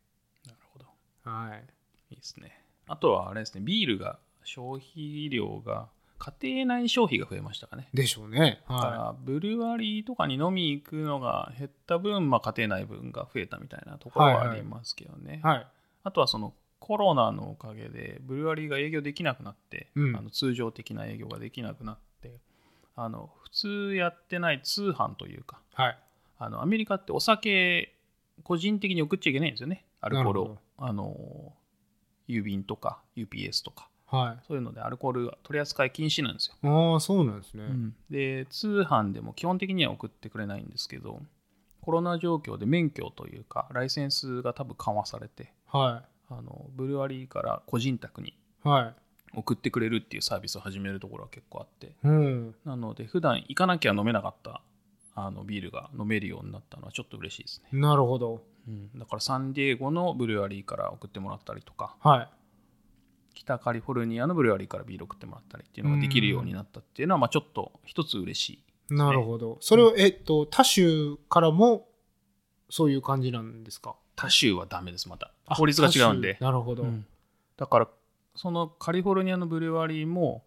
A: なるほど
B: はい。
A: いいですねあとはあれですねビールが消費量が家庭内消費が増えましたかね
B: でしょうね。
A: だか
B: は
A: らブルワリーとかに飲み行くのが減った分、まあ、家庭内分が増えたみたいなところ
B: はい
A: は
B: は
A: あ
B: い
A: りますけどね、
B: い。はい。
A: あとはそのコロナのおかげでブルワリーが営業できなくなって、
B: うん
A: あの通常的な営業ができなくなってあの普通やってない通販というか
B: はい。
A: あのアメリカってお酒個人的に送っちゃいけないんですよねアルコール
B: なる
A: をあの郵便とか UPS とか
B: はい。
A: そういうのでアルコールが取り扱い禁止なんですよ、
B: ああ、そうなんですね。
A: で通販でも基本的には送ってくれないんですけどコロナ状況で免許というかライセンスが多分緩和されて
B: は
A: あのブルワリーから個人宅に
B: い。は
A: 送ってくれるっていうサービスを始めるところは結構あって
B: い。うん。
A: なので普段行かなきゃ飲めなかったあのビールが飲めるようになったのはちょっと嬉しいですね、
B: なるほど。
A: うん、だからサンディエゴのブルワリーから送ってもらったりとか
B: は
A: 北カリフォルニアのブルワリーからビール送ってもらったりっていうのができるようになったっていうのはまあちょっと一つ嬉しい
B: い。なるほど。それを、えっと、他州からも、そういう感じなんですか
A: 他州はダメですまた法律が違うんで
B: 他州なるほど。
A: うんだからそのカリフォルニアのブルワリーも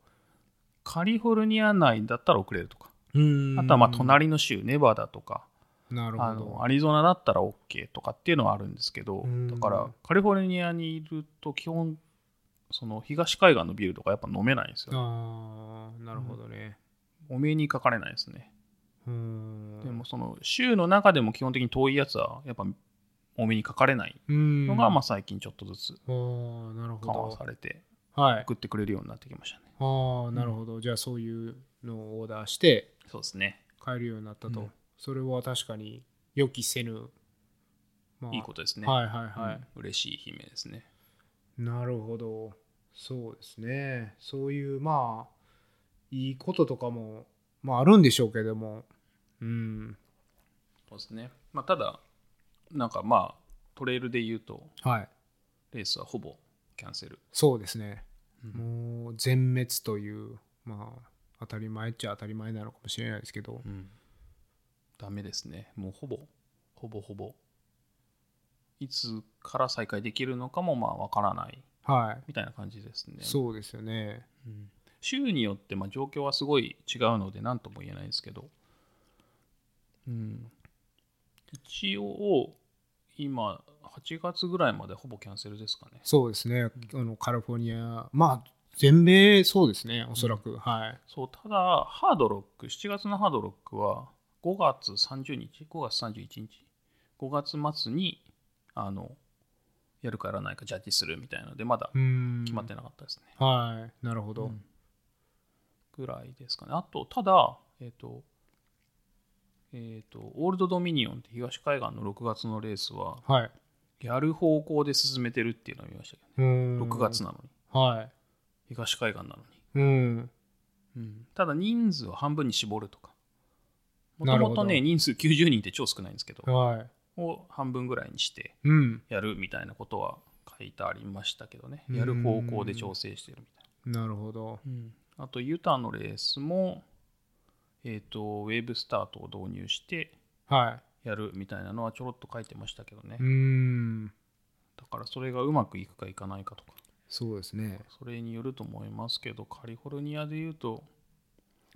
A: カリフォルニア内だったら送れるとか
B: うん
A: あとはまあ。隣の州、ネバダとか
B: なる
A: あ
B: ほ
A: の
B: ど。
A: アリゾナだったら OK とかっていうのはあるんですけど
B: うん
A: だからカリフォルニアにいると基本その東海岸のビールとかやっぱ飲めないんですよ
B: ああ、なるほどね。
A: お目にかかれないですね
B: うん。
A: でも、その州の中でも基本的に遠いやつはやっぱお目にかかれない
B: うん。
A: のがまあ最近ちょっとずつ
B: あー、なるほ
A: 緩和
B: ど
A: さ。れて
B: はい。
A: 送ってくれるようになってきましたね
B: ああ、なるほど。じゃあ、そういうのをオーダーして、
A: そうですね
B: 買えるようになったと。
A: うん
B: それは確かに、予期せぬ。まあ
A: いいことですね
B: はいはいはい。
A: うん嬉しい悲鳴ですね
B: なるほど。そうですね。そういう、まあ、いいこととかも、まあ、あるんでしょうけども。うん。
A: そうですねまあただなんかまあトレイルで言うと
B: はい。
A: レースはほぼキャンセル
B: そうですね。
A: うん
B: もう、全滅という、まあ、当たり前っちゃ当たり前なのかもしれないですけど。
A: うん、ダメですねもうほぼほぼほぼいつから再開できるのかもまあわからない
B: は
A: みたいな感じですね
B: い。そうですよね。
A: うん州によってまあ状況はすごい違うので何とも言えないですけど、うん、一応今8月ぐらいまでほぼキャンセルですかね
B: そうですね。あのカリフォルニア、まあ、全米、そうですね、おそらく。はい。
A: そうただハードロック7月のハードロックは5月30日5月31日5月末にあのやるかやらないかジャッジするみたいなのでまだ
B: うん。
A: 決まってなかったですね、
B: はい。なるほど。
A: うんぐらいですかねあとただえっ、とえっ、とオールドドミニオンって東海岸の6月のレースは
B: はい。
A: やる方向で進めてるっていうのを見ましたけど、
B: うん。
A: ね、6月。なのに
B: は
A: 東海岸なのに
B: い。うん。
A: ただ人数を半分に絞るとかも
B: な
A: と
B: るほ
A: も
B: ど
A: とね人数90人って超少ないんですけど
B: はい。
A: を半分ぐらいにして
B: うん。
A: やるみたいなことは書いてありましたけどね
B: うん
A: やる方向で調整してるみたい
B: なるほど。
A: な、あとユタのレースもえっ、とウェーブスタートを導入して
B: は
A: やるみたいなのはちょろっと書いてましたけどね、
B: い。うーん。
A: だからそれがうまくいくかいかないかとか
B: そうですね。
A: それによると思いますけどカリフォルニアでいうと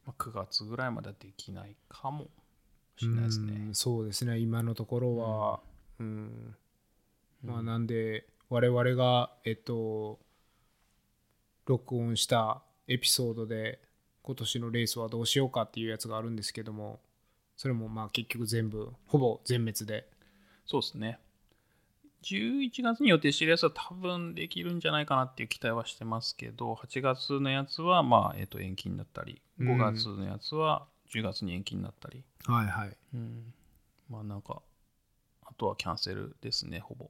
A: まあ9月ぐらいまではできないかもしれないですね、
B: うんそうですね。今のところは、うん。まあ、なんで、我々が、えっと、録音したエピソードで、今年のレースはどうしようかっていうやつがあるんですけども、それもまあ結局全部、ほぼ全滅で。
A: そうですね。 11月に予定してるやつは多分できるんじゃないかなっていう期待はしてますけど、8月のやつは、まあ、えっ、と、延期になったり、
B: うん
A: 5月のやつは10月に延期になったり、
B: はいはい。
A: うん、まあ、なんか、あとはキャンセルですね、ほぼ。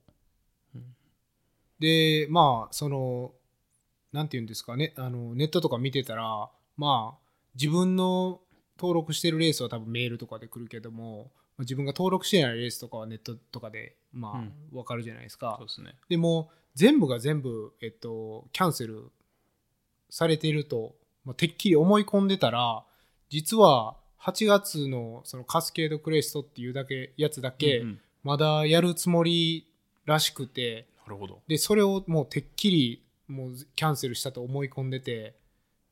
B: で、まあ、その、なんて言うんですかね、あのネットとか見てたら、まあ、自分の登録してるレースは多分メールとかで来るけども、まあ自分が登録してないレースとかはネットとかで、まあ、わ
A: うん、
B: かるじゃないですか。
A: そうですね。
B: でも、全部が全部、えっと、キャンセルされていると、まあ、てっきり思い込んでたら、実は8月のそのカスケードクレストっていうだけやつだけ、
A: うんうん
B: まだやるつもりらしくて、
A: なるほど。
B: でそれをもうてっきりもうキャンセルしたと思い込んでて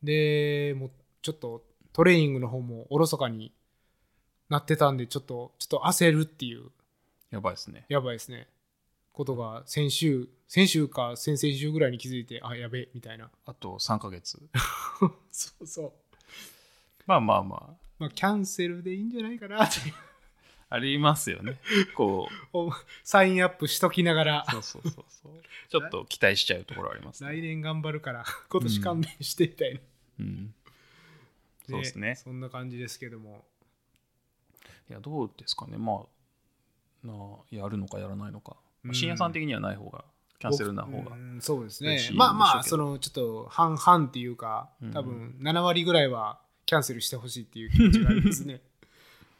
B: でもうちょっとトレーニングの方もおろそかになってたんでちょっとちょっと焦るっていう
A: やばいですね。
B: やばいですねことが先週先週か先々週ぐらいに気づいてあやべえみたいな
A: あと3ヶ月。 *laughs*
B: そうそう
A: まあまあま
B: まあキャンセルでいいんじゃないかなって *laughs*
A: あ、ありますよ *laughs* ね。こう、
B: サインアップしときながら
A: そうそうそうそう。 *laughs* ちょっと期待しちゃうところあります、
B: 来年頑張るから今年勘弁してみたいな、
A: うん。そうですね。
B: そんな感じですけども
A: いや、どうですかね。まあ、なあやるのかやらないのか。
B: うん
A: 深夜さん的にはない方が、キャンセルな方
B: う
A: が。
B: んそうです
A: 嬉
B: ね
A: しいんでしょうけど
B: まあまあそのちょっと半々っていうか
A: うん
B: 多分7割ぐらいはキャンセルしてほしいっていう気持ちがあります
A: *laughs*
B: ね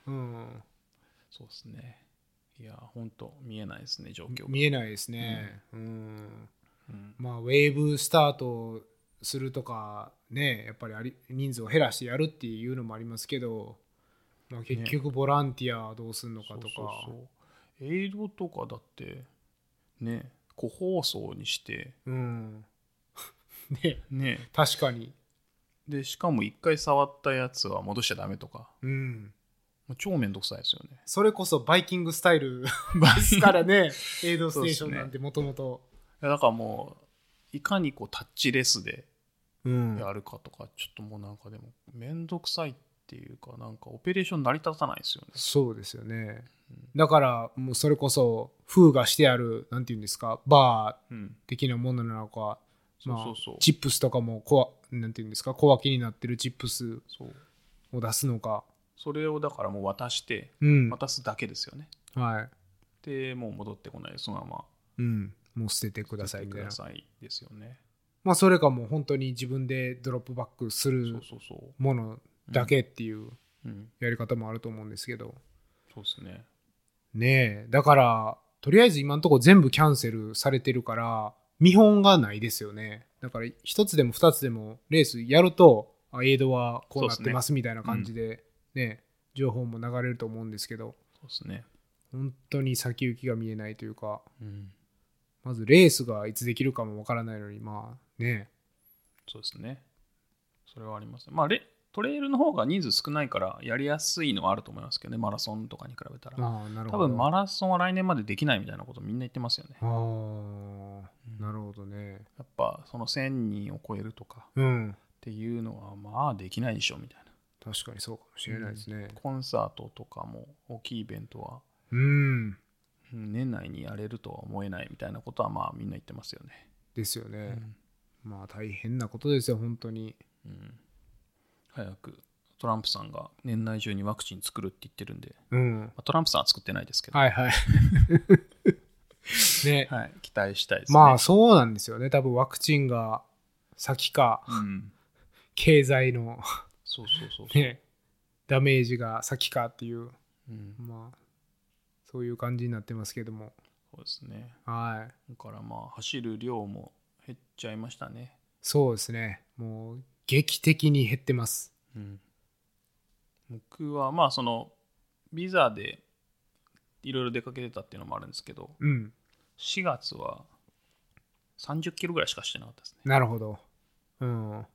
B: うん
A: そうですね。いや、本当見えないですね、状況が。
B: 見えないですねうん
A: うん
B: まあウェーブスタートするとかねやっぱりあり人数を減らしてやるっていうのもありますけどまあ結局ボランティアどうするのかと
A: そう
B: か
A: そうそう映像とかだって、ね、個包装にして、
B: うん *laughs* ね
A: ね、
B: 確かに
A: で、しかも一回触ったやつは戻しちゃダメとか、
B: うん
A: もう超めんどくさいですよね。
B: それこそバイキングスタイルですからね、エイドステーションなんてもともと。
A: いやだからもういかにこうタッチレスで
B: うん
A: やるかとか、ちょっともうなんかでも面倒くさいっていうかなんかオペレーション成り立たないですよね
B: そうですよね。だから、もうそれこそ、封がしてある、なんていうんですか、バ
A: うん
B: ー的なものなのか、
A: そうそうそう、
B: チップスとかも小わ、なんていうんですか、小分けになってるチップス
A: そう
B: を出すのか。
A: それをだからもう渡して
B: うん。
A: 渡すだけですよね、
B: はい。
A: でもう戻ってこないでそのまま
B: うん。もう捨ててくださいみ
A: く
B: たいな
A: だ。さいですよね
B: まあ、それかもう本当に自分でドロップバックす
A: そ
B: る
A: うそうそう
B: ものだけっていう
A: うん
B: やり方もあると思うんですけど。
A: そうですね
B: ねえだからとりあえず今のところ全部キャンセルされてるから見本がないですよねだから一つでも二つでもレースやるとあエイドはこうなってますみたいな感じでね情報も流れると思うんですけど
A: そうですね
B: 本当に先行きが見えないというか
A: うん
B: まずレースがいつできるかもわからないのにまあね
A: そうですねそれはありますねまあレトレイルの方が人数少ないからやりやすいのはあると思いますけどねマラソンとかに比べたら
B: ああなる
A: 多
B: ほど
A: 分マラソンは来年までできないみたいなことみんな言ってますよね。
B: ああな
A: や
B: るほどね
A: っぱその1000人を超えるとかっ
B: うん
A: ていうのはまあできないでしょうみたいな。
B: 確かにそうかもしれないですね
A: コンサートとかも大きいイベントは
B: うん
A: うん年内にやれるとは思えないみたいなことはまあみんな言ってますよね。
B: ですよね、
A: うん
B: まあ大変なことですよ、本当に。
A: うん早くトランプさんが年内中にワクチン作るって言ってるんで、
B: うん。
A: まあトランプさんは作ってないですけど、
B: はい *laughs* はい。ね。
A: はい期待したいですね。
B: まあそうなんですよね。多分ワクチンが先か、
A: うん、
B: 経済の *laughs*
A: そうそうそうそう、
B: ね、ダメージが先かっていう、
A: うん。
B: まあ、そういう感じになってますけども。
A: そうですね。
B: はい。
A: だからまあ走る量も減っちゃいましたね。
B: そうですね。もう劇的に減ってます。
A: うん、僕はまあそのビザでいろいろ出かけてたっていうのもあるんですけど
B: うん。
A: 4月は30キロぐらいしかしてなかったですね
B: なるほど。うん。
A: ん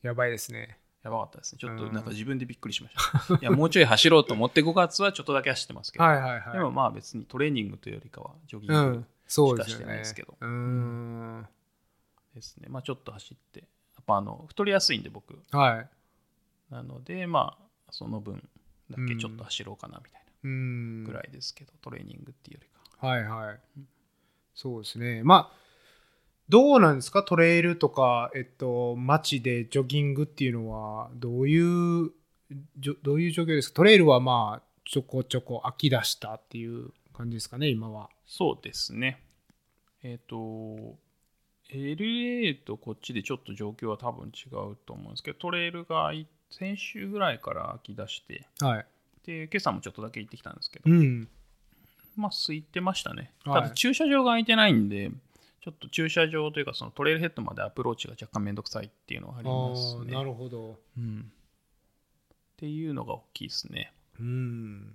B: やばいですね。
A: やばかったですねちょっと
B: うん
A: なんか自分でびっくりしました、 *laughs* いやもうちょい走ろうと思って5月はちょっとだけ走ってますけど、
B: はいはいはい。
A: でもまあ別にトレーニングというよりかはジョギ
B: う
A: ング
B: ん、そうです
A: しかして
B: よ
A: ない
B: ね
A: ですけど。
B: うーん。
A: ですね、まあちょっと走ってやっぱあの太りやすいんで僕
B: はい。
A: なのでまあその分だけちょっと走ろうかなみたいな
B: うーん。
A: ぐらいですけど、トレーニングっていうよりか
B: はいはい。そうですね。まあ、どうなんですかトレイルとか、えっと、街でジョギングっていうのは、どういう、じょどういう状況ですかトレイルはまあ、ちょこちょこ飽き出したっていう感じですかね、今は。
A: そうですね。えっ、と、LA とこっちでちょっと状況は多分違うと思うんですけど、トレイルがい先週ぐらいから飽き出して、
B: はい。
A: で、今朝もちょっとだけ行ってきたんですけど、
B: うん。
A: まあ、空いてましたね。た
B: はい
A: だ、駐車場が空いてないんで、ちょっと駐車場というか、そのトレイルヘッドまでアプローチが若干めんどくさいっていうのはあり
B: ああ
A: ます
B: ー、な
A: ね。
B: るほど。
A: うん、っていうのが大きいですね。
B: うん。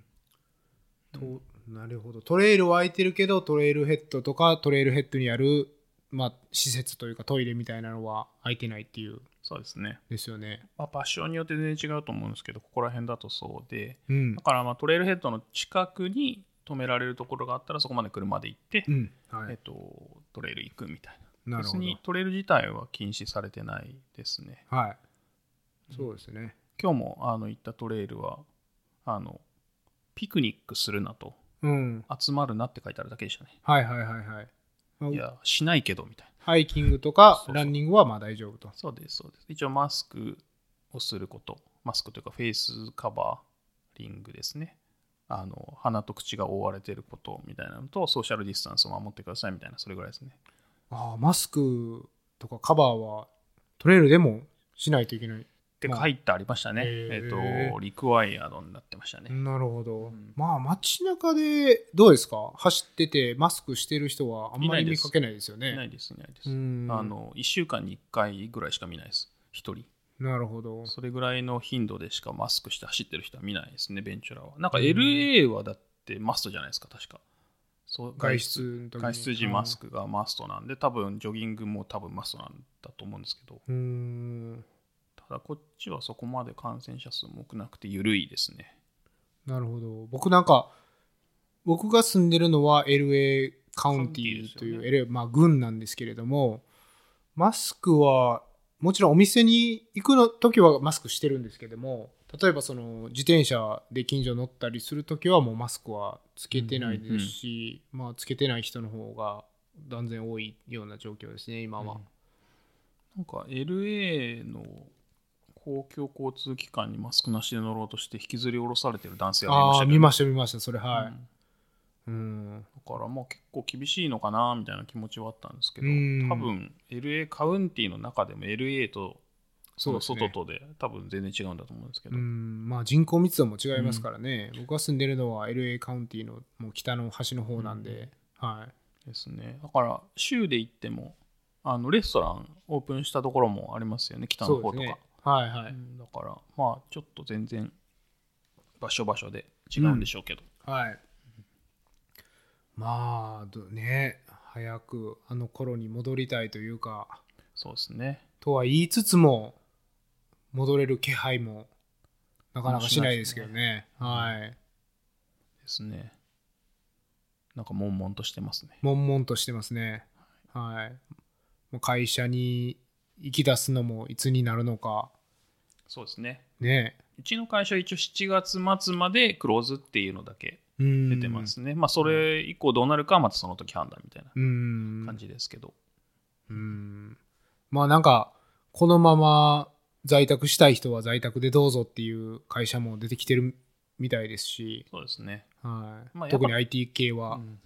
B: と
A: うん
B: なるほど。トレイルは空いてるけど、トレイルヘッドとか、トレイルヘッドにある、まあ、施設というかトイレみたいなのは空いてないっていう、
A: そうですね。
B: ですよね。
A: まあ、場所によって全然違うと思うんですけど、ここら辺だとそうで、
B: うん
A: だ。からまあトレイルヘッドの近くに止められるところがあったら、そこまで車で行って、
B: うん。は
A: えっ
B: い。
A: と、トレイル行くみたいな。
B: なる
A: 別
B: ほど
A: に。トレイル自体は禁止されてないですね。
B: はい。そうですね。
A: 今日もあの行ったトレイルはあのピクニックするなと
B: うん。
A: 集まるなって書いてあるだけでしたね
B: はいはいはいはいまあ。
A: いやしないけどみたいな
B: ハイキングとか
A: そうそう
B: ランニングはまあ大丈夫と。
A: そうですそうです一応マスクをすることマスクというかフェイスカバーリングですねあの鼻と口が覆われてることみたいなのとソーシャルディスタンスを守ってくださいみたいなそれぐらいですね
B: ああ、マスクとかカバーはトレイルでもしないといけない。
A: って
B: まあ
A: 書いてありましたね、
B: へ
A: えっ、
B: ー
A: とリクワイアドになってましたね、
B: なるほど
A: ん。
B: まあ街中でどうですか走っててマスクしてる人はあんま
A: い
B: り
A: ないで
B: 見
A: す
B: かけないですよ
A: いな
B: ね。
A: いですいないです、
B: うん。
A: あの1週間に1回ぐらいしか見ないです1人
B: なるほど。
A: それぐらいの頻度でしかマスクして走ってる人は見ないですね、ベンチュラは。なんか
B: うん
A: LA はだってマストじゃないですか、確か。そう
B: 外出の時に
A: 外出時マスクがマストなんで、多分ジョギングも多分マストなんだと思うんですけど、
B: うん。
A: ただこっちはそこまで感染者数も多くなくて緩いですね。
B: なるほど。僕なんか、僕が住んでるのは LA カウンティーとい
A: カウン
B: う、
A: ティ
B: LA、まあ、郡なんですけれども、マスクは、もちろんお店に行くの時はマスクしてるんですけども、例えばその自転車で近所乗ったりする時はもうマスクはつけてないですし、まあつけてない人の方が断然多いような状況ですね、今は。
A: なんか LA の公共交通機関にマスクなしで乗ろうとして引きずり下ろされてる男性
B: ああ、見
A: まし
B: ました見ました、それ
A: たけど
B: は
A: うん
B: い。うん。
A: だからまあ結構厳しいのかなみたいな気持ちはあったんですけど、
B: うん
A: 多分 LA カウンティの中でも LA とその
B: そうですね
A: 外とで多分全然違うんだと思うんですけど、
B: うんまあ、人口密度も違いますからね、僕が住んでるのは LA カウンティのもう北の端の方なんで、はい、
A: ですねだから州で行ってもあのレストランオープンしたところもありますよね北の
B: そ
A: 方
B: う
A: と
B: で
A: か、
B: すね、はいは
A: う
B: い、
A: んだからまあちょっと全然場所場所で違うんでしょうけど、
B: はい、まあどね早くあの頃に戻りたいというか
A: そうですね
B: とは言いつつも戻れる気配もなかなかしないですけどねはい
A: ですねなんか悶々としてますね
B: 悶々としてますねはいもう会社に行き出すのもいつになるのか
A: そうですね
B: ね
A: うちの会社は一応7月末までクローズっていうのだけ
B: 出
A: 出てますね、まあそれ以降どうなるかはまたその時判断みたいな
B: うん
A: 感じですけど、
B: うんまあなんかこのまま在宅したい人は在宅でどうぞっていう会社も出てきてるみたいですし、
A: そうですね、
B: はい
A: まあやっぱ
B: 特に IT 系
A: う
B: は
A: ん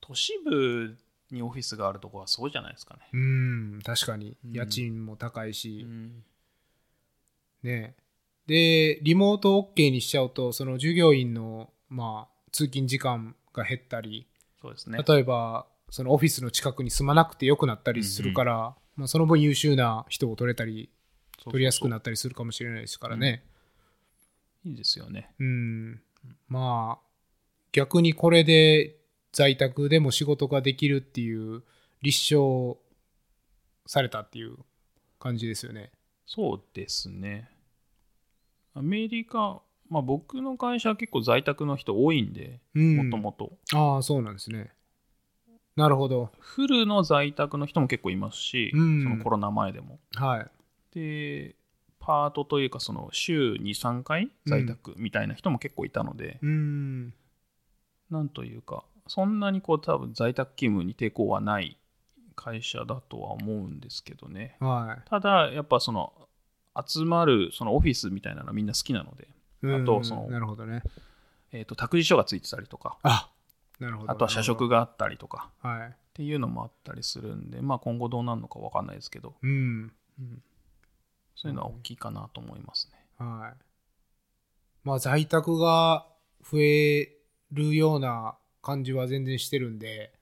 A: 都市部にオフィスがあるとこはそうじゃないですかね、
B: うん確かに
A: うん
B: 家賃も高い
A: う
B: し、
A: ん
B: ねでリモート OK にしちゃうとその従業員の、まあ、通勤時間が減ったり
A: そうですね
B: 例えばそのオフィスの近くに住まなくてよくなったりするから、まあ、その分優秀な人を取れたり取りやすくな
A: っ
B: ったりするかもしれないですからね、
A: いいですよね
B: うん、まあ逆にこれで在宅でも仕事ができるっていう立証されたっていう感じですよね。
A: そうですねアメリカまあ僕の会社は結構在宅の人多いんで
B: うん、
A: もともと
B: ああそうなんですね。なるほど。
A: フルの在宅の人も結構いますし、
B: うん
A: そのコロナ前でも
B: はい。
A: でパートというかその週23回在宅みたいな人も結構いたので、
B: うん。
A: なんというかそんなにこう多分在宅勤務に抵抗はない会社だとは思うんですけどね。
B: は
A: ただやっぱその集まるそのオフィスみたいなのはみんな好きなので、
B: い。うん
A: あとその
B: なるほどね。
A: えー、と託児所がついてたりとか
B: あなるほど。
A: あとは社食
B: が。
A: があったりとか
B: はい。
A: っていうのもあったりするんで、まあ、今後どうなるのか分かんないですけど、
B: うん。
A: うんそういうのは大きいかなと思いますね。
B: はい。まあ、在宅が増えるような感じは全然してるんで、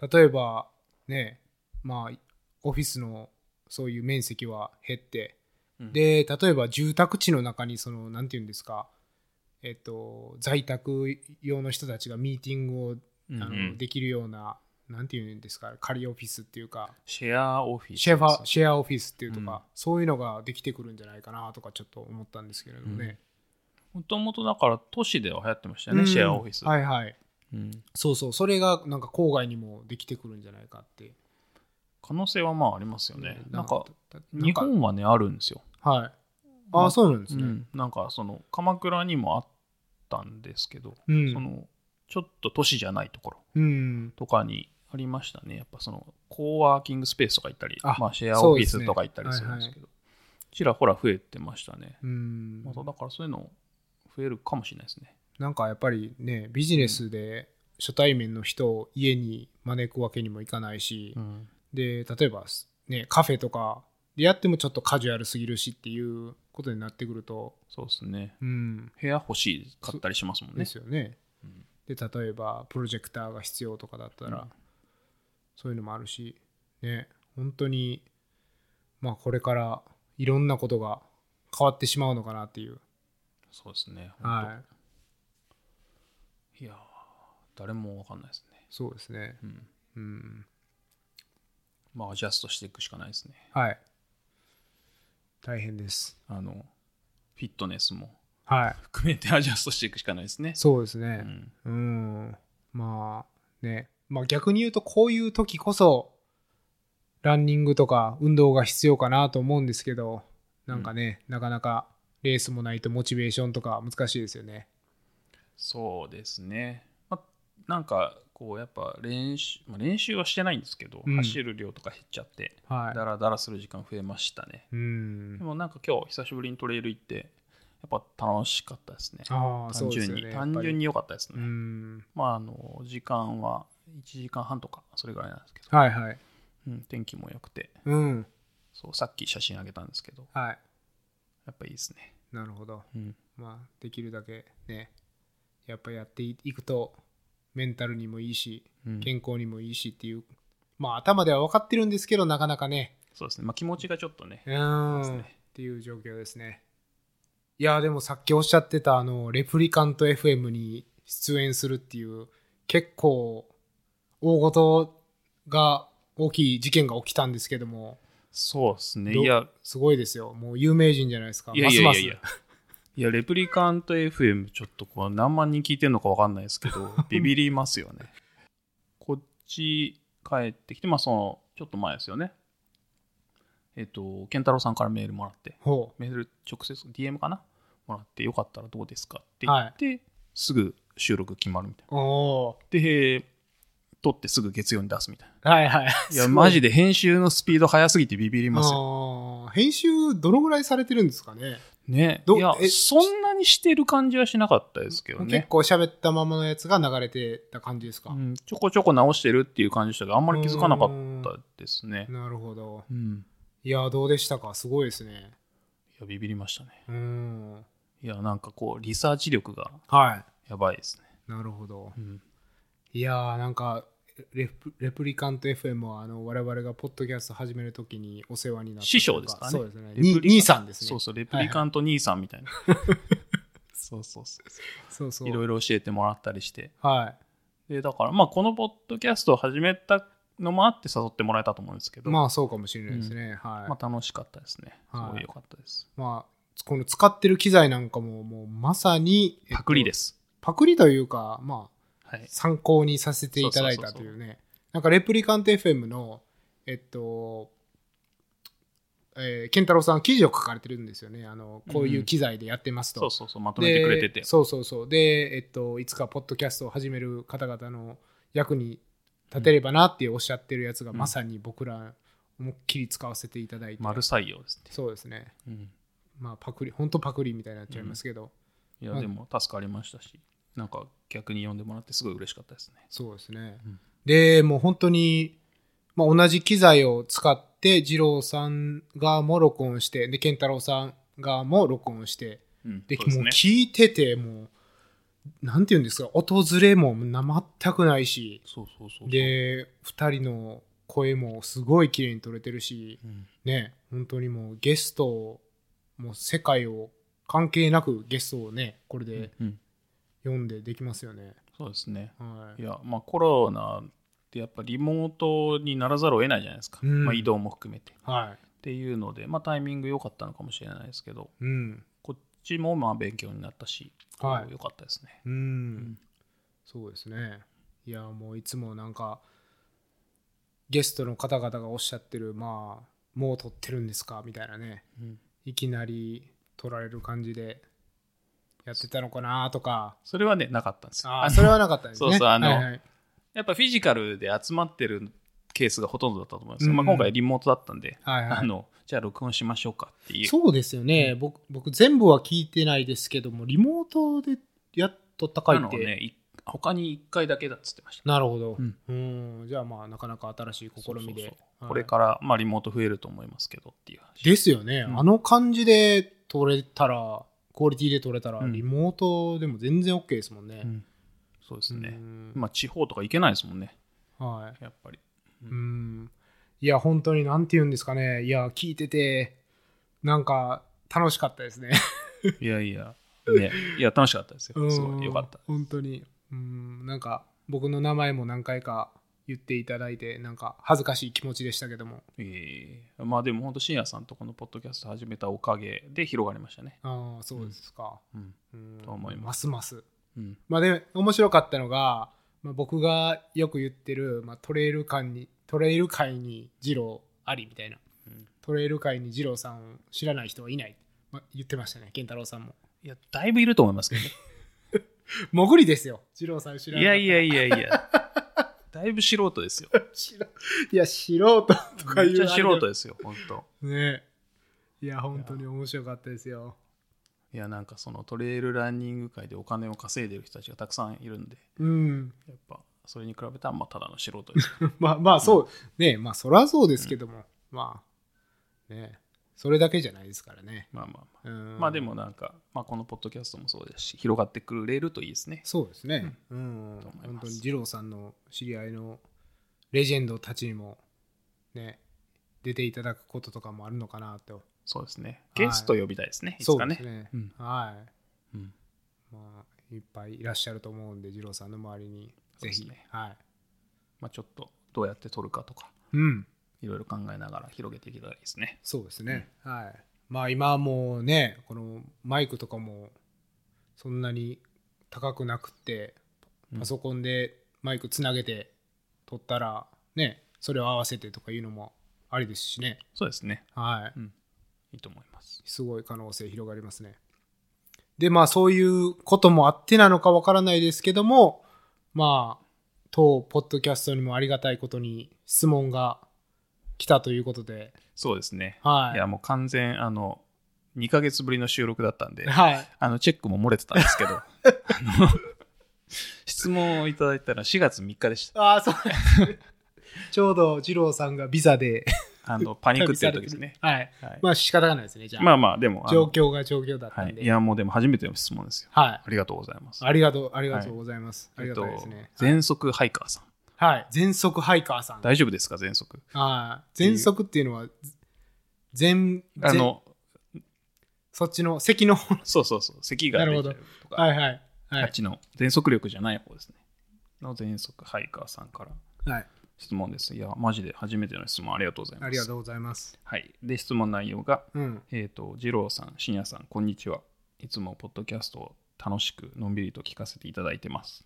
B: 例えば、ね、まあ、オフィスのそういう面積は減って、
A: うん、
B: で、例えば住宅地の中に、その、なんていうんですか、えっと、在宅用の人たちがミーティングを
A: うん
B: あのできるような、なんていうんですか、仮オフィスっていうか、
A: シェアオフィス
B: シェファシェアオフィスっていうとか、
A: うん
B: そういうのができてくるんじゃないかなとかちょっと思ったんですけれどもね。
A: もともとだから都市では流行ってましたよね、
B: うん
A: シェアオフィス、
B: はいはい。
A: うん
B: そうそう、それがなんか郊外にもできてくるんじゃないかって。
A: 可能性はまあありますよね。なんか、
B: なん
A: 日
B: か
A: 本はねあるんですよ。
B: はい。あ
A: ま
B: あ、そうなんです
A: う
B: ね。
A: ん、なんかその鎌倉にもあったんですけど、
B: うん。
A: そのちょっと都市じゃないところ
B: うん。
A: とかにありましたねやっぱそのコーワーキングスペースとか行ったり
B: あ
A: まあ、シェア
B: そ
A: オフ
B: う
A: ィ
B: です
A: ス
B: ね
A: とか行ったりするんですけど、ちらほら増えてましたね、
B: うん。
A: まただからそういうの増えるかもしれないですね
B: なんかやっぱりね、ビジネスで初対面の人を家に招くわけにもいかないし、
A: ん、
B: で、例えば、ね、カフェとかでやってもちょっとカジュアルすぎるしっていうことになってくると、
A: そうですね
B: うん。
A: 部屋欲しい買ったりしますもんね
B: ですよね。
A: うん
B: で例えばプロジェクターが必要とかだったら、
A: うん
B: そういうのもあるしね本当にまあこれからいろんなことが変わってしまうのかなっていう、
A: そうですね
B: はい
A: いやー誰もわかんないですね
B: い、そうですね
A: うん
B: うん
A: まあアジャストしていくしかないですね
B: はい大変です
A: あのフィットネスも
B: はい
A: 含めてアジャストしていくしかないですね
B: そうです
A: う
B: ね
A: ん
B: うん、まあねまあ逆に言うとこういう時こそランニングとか運動が必要かなと思うんですけどなんかね、なかなかレースもないとモチベーションとか難しいですよね
A: そうですね、まあ、なんかこうやっぱ練習、まあ、練習はしてないんですけど、
B: うん
A: 走る量とか減っちゃって
B: はい
A: だらだらする時間増えましたね
B: うん
A: でもなんか今日久しぶりにトレイル行ってやっぱ楽しかったですね
B: ああそ
A: 単
B: うで
A: 純
B: すよ
A: に、
B: ね
A: 単純
B: に
A: に良かったです
B: う
A: ね、
B: ん
A: まああの時間は1時間半とかそれぐらいなんですけど、
B: はいはい
A: うん、天気も良くて
B: うん
A: そうさっき写真あげたんですけど
B: はい
A: やっぱいいですね、
B: なるほど
A: うん、
B: まあできるだけねやっぱやっていくとメンタルにもいいし
A: うん
B: 健康にもいいしっていう、まあ頭では分かってるんですけどなかなかね
A: そうですね、まあ、気持ちがちょっとね、
B: うんっていう状況ですね。いや、でもさっきおっしゃってた、あの、レプリカント FM に出演するっていう、結構、大事が大きい事件が起きたんですけども、
A: そうですね
B: ど
A: いや
B: すごいですよ。もう有名人じゃないですか。
A: いやいやいや
B: ます
A: いや。 *laughs* いや、レプリカント FM、ちょっとこれ何万人聞いてるのか分かんないですけ *laughs* ど、ビビりますよね。こっち帰ってきて、まあ、その、ちょっと前ですよね。えっ、と、健太郎さんからメールもらって、
B: ますほ。
A: メール直接、DM かなもらって、よかったらどうですかって言って、すぐ収録決まるみたいう
B: お
A: な。で、撮ってすぐ月曜に出すみたいな。
B: ーはいはい。
A: いや、マジ
B: で
A: で編集のスピード速すぎてビビりますよ。
B: 編集、どのぐらいされてるんですかね。
A: ね。
B: ど
A: いや、
B: え
A: そんなにしてる感じはしなかったですけどね。
B: 結構喋ったままのやつが流れてた感じですか。
A: うん、ちょこちょこ直してるっていう感じでしたけどあんまり気づかなかったですね。
B: なるほど。
A: うん、
B: いや、どうでしたかすごいですね。
A: いやビビりましたね。
B: うん。
A: いやなんかこうリサーチ力が
B: はい。
A: やばいですね。
B: なるほど。
A: うん
B: いやー、なんか、レプレプリカント FM は、あの、我々がポッドキャスト始めるときにお世話になったとい
A: 師
B: う。
A: 匠ですからね
B: そうですね。
A: レプリ
B: に
A: カン
B: 兄さんですね。
A: そうそうレプリカント兄さんみたいな。 *laughs* そうそうそう
B: そうそう。
A: いろいろ教えてもらったりして
B: は
A: でだからまあこのポッドキャストを始めたのもあって誘ってもらえたと思うんですけ
B: い。
A: ど、ま
B: まあ、そうかもしれないですね。はい。
A: あ、
B: まあ、
A: 楽しかったですね。す
B: はい
A: ごい良かったです。
B: この使ってる機材なんかも、もう、まさに、えっと
A: パクリで。す。
B: パクリというか、ま
A: は
B: あ、
A: い。
B: 参考にさせていただいたというね。なんか、レプリカント FM の、えっと、えー、健太郎さん記事を書かれてるんですよね。あの、こういう機材でやってますと。
A: そうそうそうまとめてくれてて
B: で。そうそうそうでえっといつかポッドキャストを始める方々の役に立てればなっておっしゃってるやつが、
A: うん
B: まさに僕ら思いっきり使わせていただいて、
A: 丸採用ですって。
B: そうですね
A: うん、
B: まあパクリ本当パクリみたいになっちゃいますけど、
A: いや、
B: まあ
A: でも助かりましたし、なんか逆に呼んでもらってすごい嬉しかったですね。
B: そうですね、
A: うん
B: でもう本当に、まあ、同じ機材を使って二郎さん側も録音してで健太郎さん側も録音して
A: うん、
B: で
A: そうです
B: もう
A: ね。
B: 聞いててもうなんて言うんですか音ずれも全くないし
A: そうそうそうそう。
B: で2人の声もすごい綺麗に撮れてるし
A: うん、
B: ね本当にもうゲストをもう世界を関係なくゲストをねこれで
A: うん、
B: 読んでできますよね、
A: そうですね。
B: はいい、
A: や、まあコロナってやっぱリモートにならざるを得ないじゃないですか、
B: うん
A: まあ、移動も含めて。っ
B: は
A: ていうので、まあ、タイミング良かったのかもしれないですけど、
B: い、うん
A: こっちもまあ勉強になったし、
B: はい
A: 良かったですね。
B: うん、
A: ん
B: そうですねいやもういつもなんかゲストの方々がおっしゃってるまあもう撮ってるんですかみたいなね
A: うん
B: いきなり撮られる感じでやってたのかなとか
A: それはね、なかったんですよ。あ
B: あー
A: の
B: それはなかったですね
A: そうそうあの
B: はいはい
A: やっぱフィジカルで集まってるケースがほとんどだったと思いますよ。
B: うん
A: まあ、今回リモートだったんで、
B: はいはい
A: あのじゃあ録音しましょうかっていう。
B: そうですよね、僕僕全部は聞いてないですけどもリモートでやっとったかい
A: なの
B: って、
A: をね、い他に1回だけだっつってました。
B: なるほど、う
A: うんん、
B: じゃあまあなかなか新しい試みで
A: そうそう
B: はい
A: これから、まあ、リモート増えると思いますけどっていう話。
B: ですよね、
A: うん
B: あの感じで撮れたらクオリティで撮れたら、
A: うん
B: リモートでも全然 OK ですもんね、
A: うんそうですね。
B: うん
A: まあ、地方とか行けないですもんね、
B: はい
A: やっ
B: *laughs*
A: ぱり。
B: うんいや本当になんて言うんですかねいや聞いててなんか楽しかった
A: *laughs*
B: ですね
A: いやいや、ね、いや、楽しかったですよ。すごい、よかった。
B: うん本当にうんなんか僕の名前も何回か言っていただいてなんか恥ずかしい気持ちでしたけども
A: ええまあでも本当、深夜さんとこのポッドキャスト始めたおかげで広がりましたね。
B: ああそうですか、
A: うん。
B: うん
A: と思いま
B: ますます
A: うん。
B: まあで面白かったのが、まあ、僕がよく言ってる、まあ、トレイル間にトレイル界に二郎ありみたいな
A: うん
B: トレイル界に二郎さんを知らない人はいない、まあ、言ってましたね健太郎さんも
A: いや、だいぶいると思いますけどね。
B: 潜りですよ二郎さん知らない
A: いやいやいやいや。だいぶ素人 *laughs* ですよ。
B: 知ら *laughs* いや素人とか
A: め
B: 言
A: っ
B: う
A: ちゃ素人
B: あ
A: ですよ、本当。
B: れでねいや本当に面白かったですよ
A: いや、なんかそのトレイルランニング界でお金を稼いでる人たちがたくさんいるんで、
B: うん *laughs*
A: やっぱそれに比べたら、まあただの素人です *laughs* よ。
B: まあまあそう、ねまあそらそうですけども、まあねそれだけじゃないですからね、
A: まあまあまあ。
B: うん、
A: まあでもなんか、まあ、このポッドキャストもそうですし、広がってくれるといいですね。
B: そうですね。うん。
A: と思います
B: 本当に二郎さんの知り合いのレジェンドたちにもね、出ていただくこととかもあるのかなと。
A: そうですね。
B: はい
A: ゲスト呼びたいですね。いつ
B: そ
A: か
B: うです
A: ね。
B: ね。
A: うん
B: はい。
A: うん
B: まあ、いっぱいいらっしゃると思うんで、二郎さんの周りにぜ
A: そう
B: ひ。
A: ですね
B: はい。
A: まあ、ちょっとどうやって撮るかとか、
B: うん。
A: いろいろ考えながら広げていけたらいいですね。
B: そうですね。はい。まあ今はもうね、このマイクとかもそんなに高くなくって、
A: うん
B: パソコンでマイクつなげて撮ったら、ね、それを合わせてとかいうのもありですしね。
A: そうですね。
B: はい。
A: うん。いいと思います。
B: すごい可能性広がりますね。で、まあそういうこともあってなのかわからないですけども、まあ、当ポッドキャストにもありがたいことに質問が来たということで、
A: そうですね。
B: はい
A: いや、もう完全、あの、2ヶ月ぶりの収録だったんで、
B: はい。
A: あの、チェックも漏れてたんですけ
B: *laughs*
A: ど、あの質問をいただいたら4月3日でした。
B: ああ、そうなんですねちょうど二郎さんがビザで。
A: あの、パニックってる時ですね
B: はい。
A: はい、
B: まあ仕方がないですね、じゃあ。
A: まあまあ、でも、あ
B: 状
A: の
B: 況が状況だった
A: は
B: ん
A: い、
B: で。
A: いや、もうでも初めての質問ですよ。
B: はい
A: ありがとうございます。
B: ありがとう、ありがとうございます。ありがたいです
A: えっ
B: ね。
A: と全速ハイカーさん。
B: はい。全速ハイカーさん。
A: 大丈夫ですか、全速。
B: はい。全速っていうのは、全、
A: あ
B: 全
A: の、
B: そっちの、席の方の
A: そうそうそう、咳が
B: なる
A: 出ち
B: ほど
A: ゃうとか、
B: はいはい。は
A: あっ
B: い。
A: ちの全速力じゃない方ですね。の全速ハイカーさんから
B: はい。
A: 質問です。いや、マジで初めての質問ありがとうございます。
B: ありがとうございます。
A: はい。で、質問内容が、
B: うん。
A: えっ、と、二郎さん、深夜さん、こんにちは。いつもポッドキャストを楽しく、のんびりと聞かせていただいてます。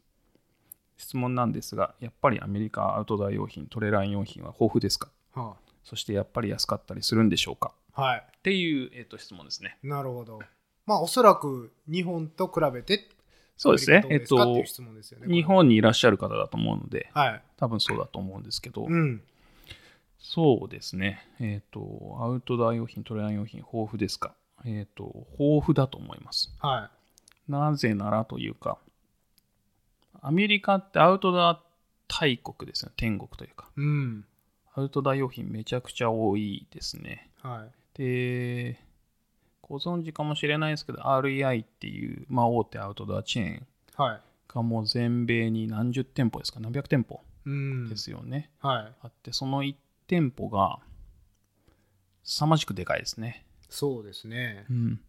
A: 質問なんですが、やっぱりアメリカアウトドア用品、トレラン用品は豊富ですか
B: は
A: そしてやっぱり安かったりするんでしょうか
B: あはい。
A: っていう、えー、と質問ですね。
B: なるほど。まあおそらく日本と比べて
A: そうですね
B: アメリカどうですかっていう質問ですよね。これ
A: 日。本にいらっしゃる方だと思うので、
B: はい。
A: 多分そうだと思うんですけど、
B: うん。
A: そうですね。えっ、と、アウトドア用品、トレラン用品、豊富ですかえっ、と、豊富だと思います。
B: は
A: なぜならというか、アメリカってアウトドア大国ですね。天国というか。
B: い。うん。
A: アウトドア用品めちゃくちゃ多いですね。
B: はい。
A: で、ご存知かもしれないですけど、REI っていう、まあ、大手アウトドアチェーン
B: はい。
A: がもう全米に何十店舗ですか、何百店舗
B: うん。
A: ですよね。
B: はい。
A: あって、その1店舗が、凄まじくでかいですね。
B: そうですね。
A: うん。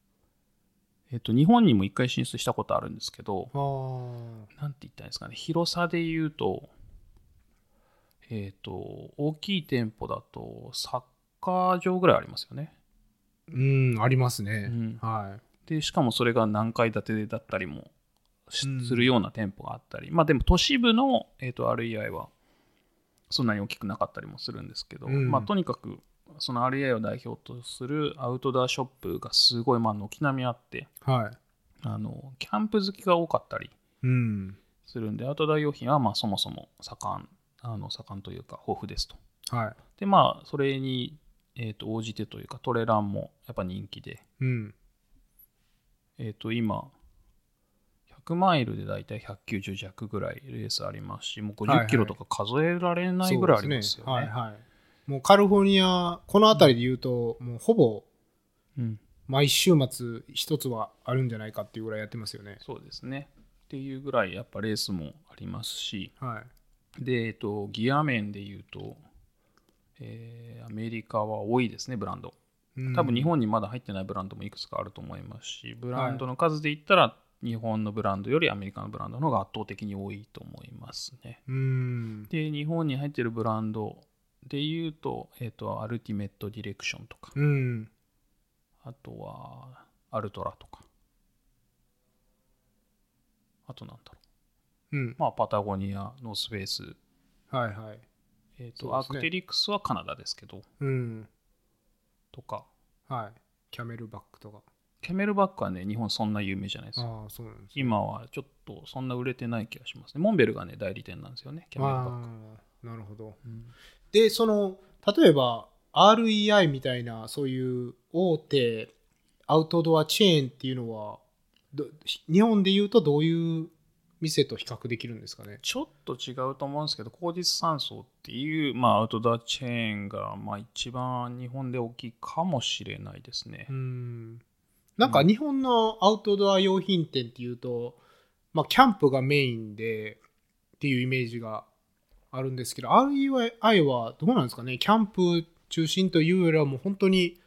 A: えっと、日本にも一回進出したことあるんですけど、
B: ああ。
A: なんて言ったらいいんですかね、広さで言うと、えっ、と、大きい店舗だと、サッカー場ぐらいありますよね。
B: うん、ありますね。
A: うん
B: はい。
A: で、しかもそれが何階建てだったりもし
B: うん
A: するような店舗があったり、まあでも都市部の、えー、と REI はそんなに大きくなかったりもするんですけど、
B: うん
A: まあとにかく、その REI を代表とするアウトドアショップがすごい、まあ、軒並みあって、
B: はい。
A: あの、キャンプ好きが多かったり、
B: うん。
A: するんで、アウトドア用品はまあそもそも盛ん、あの盛んというか豊富ですと。
B: は
A: で、まあそれに、えー、と応じてというかトレランもやっぱ人気で、
B: い。うん。
A: えっ、と今、100マイルでだいたい190弱ぐらいレースありますし、もう
B: はいは
A: 50
B: い
A: キロとか数えられないぐらいありますよ
B: そうで
A: ね。
B: はいはい。もうカリフォルニア、この辺りで言うと、もうほぼ
A: うん
B: 毎週末一つはあるんじゃないかっていうぐらいやってますよね。
A: そうですね。っていうぐらいやっぱレースもありますし、
B: はい。
A: で、えっ、と、ギア面で言うと、えーアメリカは多いですね、ブランド。
B: うん
A: 多分日本にまだ入ってないブランドもいくつかあると思いますし、ブランドの数で言ったら、日本のブランドよりアメリカのブランドの方が圧倒的に多いと思いますね。
B: うん。
A: で、日本に入ってるブランドで言うと、えっ、と、アルティメットディレクションとか、
B: うん。
A: あとは、アルトラとか、あとなんだろ
B: うん
A: う、。まあ、パタゴニア、ノースフェイス、
B: はいはい。
A: えっ、
B: そう
A: と、ア
B: ですね
A: クテリックスはカナダですけど、
B: うん。
A: とか、
B: はい。キャメルバックとか。
A: キャメルバックはね、日本そんな有名じゃないですよ
B: ああ、そうなんですね。
A: 今はちょっとそんな売れてない気がしますね。モンベルがね、代理店なんですよね、キャメルバック。
B: ああ、なるほど。
A: うん
B: で、その、例えば REI みたいな、そういう大手アウトドアチェーンっていうのは、ど日本で言うとどういう店と比較できるんですかね。
A: ちょっと違うと思うんですけど、コーディス山荘っていう、まあ、アウトドアチェーンが、まあ、一番日本で大きいかもしれないですね
B: う。ん。なんか日本のアウトドア用品店っていうと、まあ、キャンプがメインでっていうイメージがあるんですけど、REI はどうなんですかね、キャンプ中心というよりは、もう本当に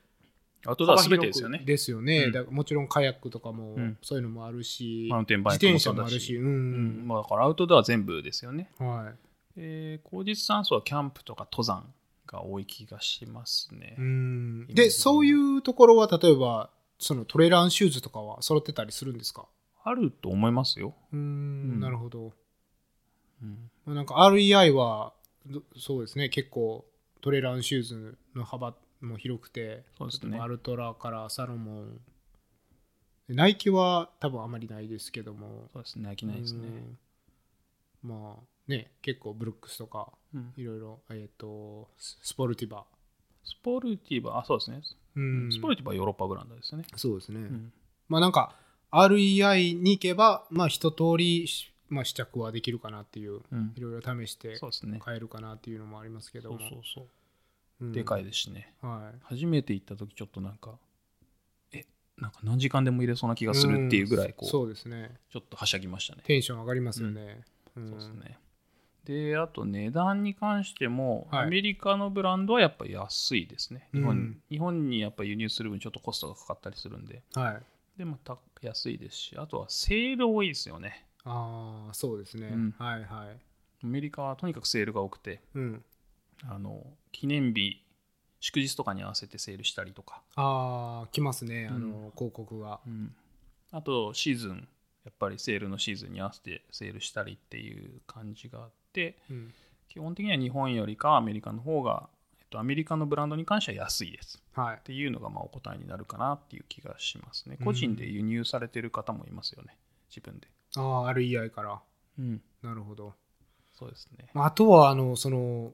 A: アウトドア
B: 幅
A: 全てで
B: 広
A: すよ
B: く
A: ね。
B: ですよね、
A: うん
B: だからもちろんカヤックとかも
A: うん
B: そういうのもあるし、
A: マウンテンバ
B: 自
A: イク
B: 転
A: も
B: 車
A: そう
B: も
A: だ
B: あ
A: し。
B: るし、う
A: うん
B: ん
A: まあ、だからアウトドア全部ですよね。
B: は
A: えー、コーディス山荘はキャンプとか登山が多い気がしますね。
B: いうん
A: イメー
B: で、
A: ジ
B: そういうところは例えば、そのトレランシューズとかは揃ってたりするんですか
A: あると思いますよ。
B: う
A: うん
B: んなるほど。
A: うん
B: まあなんか REI はどそうですね結構トレランシューズの幅も広くて
A: そうですね
B: 例えばアルトラからサロモンでナイキは多分あまりないですけども
A: そうですね、飽きないですね。
B: うんまあね結構ブルックスとか
A: うん
B: いろいろえっ、とススポルティバ、
A: スポルティバ、あ、そうですね。
B: うん
A: スポルティバはヨーロッパブランドですよね。
B: そうですね、
A: うん
B: まあなんか REI に行けばまあ一通りしまあ試着はできるかなっていういろいろ試して
A: そうですね。
B: 買えるかなっていうのもありますけど
A: そう
B: も
A: そうそう。
B: うん
A: でかいですしね。
B: はい
A: 初めて行った時ちょっとなんか、え、なんか何時間でも入れそうな気がするっていうぐらい、こう、
B: ん
A: ちょ
B: そうですね
A: っとはしゃぎましたね。
B: テンション上がりますよね、うん
A: そうですね。で、あと値段に関しても、
B: はい
A: アメリカのブランドはやっぱ安いですね。日本,、
B: うん
A: 日本にやっぱ輸入する分ちょっとコストがかかったりするんで、
B: はい
A: でもた安いですし、あとはセール多いですよね。
B: ああそうですね、
A: うん
B: はいはい
A: アメリカはとにかくセールが多くて、
B: うん
A: あの記念日、祝日とかに合わせてセールしたりとか、
B: ああ来ますねあの、
A: うん
B: 広告が
A: うん、あとシーズンやっぱりセールのシーズンに合わせてセールしたりっていう感じがあって
B: うん
A: 基本的には日本よりかはアメリカの方が、えっと、アメリカのブランドに関しては安いです
B: はい
A: っていうのがまあお答えになるかなっていう気がしますね個人で輸入されてる方もいますよね自分で
B: ああ、REI から。
A: うん、
B: なるほど。
A: そうですね。
B: まああとは、あの、その、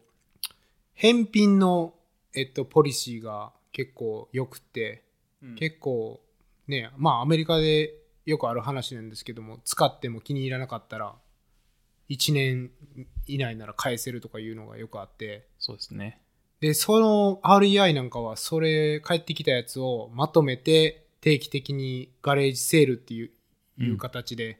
B: 返品の、えっと、ポリシーが結構良くて、結構ねまあアメリカでよくある話なんですけども使っても気に入らなかったら1年以内なら返せるとかいうのがよくあって
A: そうですね。
B: でその REI なんかはそれ返ってきたやつをまとめて定期的にガレージセールっていう,、
A: うん
B: いう形で、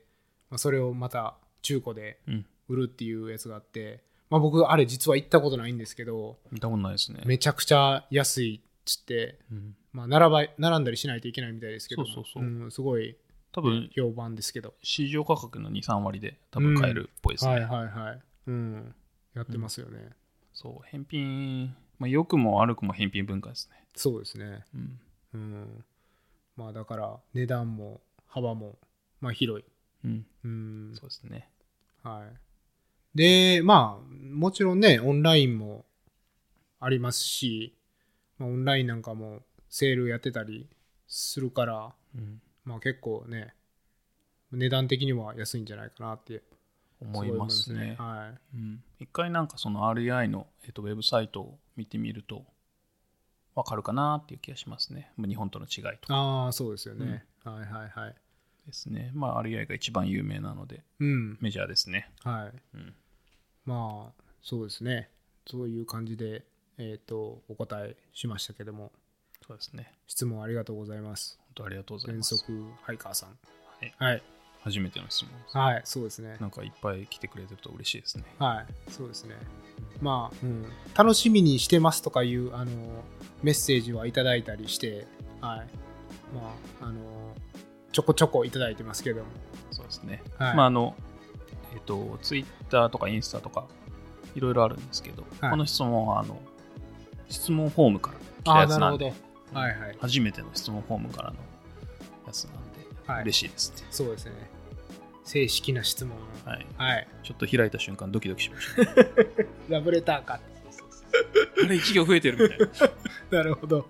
B: まあ、それをまた中古で
A: うん。
B: 売るっていうやつがあって、まあ、僕あれ実は行ったことないんですけど
A: 見たことないですね。
B: めちゃくちゃ安いっつって、
A: うん、
B: まあ、並ばい並んだりしないといけないみたいですけども、
A: そうそうそうん
B: すごい
A: 多分、
B: 評判ですけど。
A: 市場価格の2、3割で多分買えるっぽいですね。
B: はいはいはい。うん。やってますよね。
A: そう、返品、まあ、良くも悪くも返品文化ですね。
B: そうですね。
A: うん。
B: うん。まあだから値段も幅も、まあ広い。
A: うん、
B: うん。
A: そうですね。
B: はい。で、まあもちろんね、オンラインもありますし、まあ、オンラインなんかもセールやってたりするから、
A: うん、
B: まあ結構ね、値段的には安いんじゃないかなって
A: 思いますね。
B: すごい思いますねはい。
A: うん、一回なんかその REI の、えっとウェブサイトを見てみるとわかるかなっていう気がしますね。まあ日本との違いとか
B: ああ、そうですよね。はいはいはい。
A: ですね。まあ REI が一番有名なので
B: うん。
A: メジャーですね。
B: はい。
A: うん
B: まあそうですねそういう感じで、えー、とお答えしましたけども
A: そうですね。
B: 質問ありがとうございます
A: 本当ありがとうござい
B: 全
A: ます。
B: 速ハイカーさん
A: い
B: はい、
A: 初めての質問です。
B: はい、そうですね
A: なんかいっぱい来てくれてると嬉しいですね。
B: はいそうですねまあ、うん、楽しみにしてますとかいうあのメッセージはいただいたりしてはいまああのちょこちょこいただいてますけども
A: そうですね。
B: はい、
A: まああの、えっ、と、Twitter とかインスタとかいろいろあるんですけど、
B: はい
A: この質問はあの質問フォームから来た
B: あ
A: や
B: あ
A: つ
B: な
A: な
B: る
A: ん
B: ほ
A: で
B: どはいはい
A: 初めての質問フォームからのやつなんで、
B: はい
A: 嬉しいですね。
B: そうですね正式な質問
A: はい、
B: はい
A: ちょっと開いた瞬間ドキドキしました、ね。
B: ラブレターか *laughs*
A: あれ一行増えてるみたいな。
B: なるほど。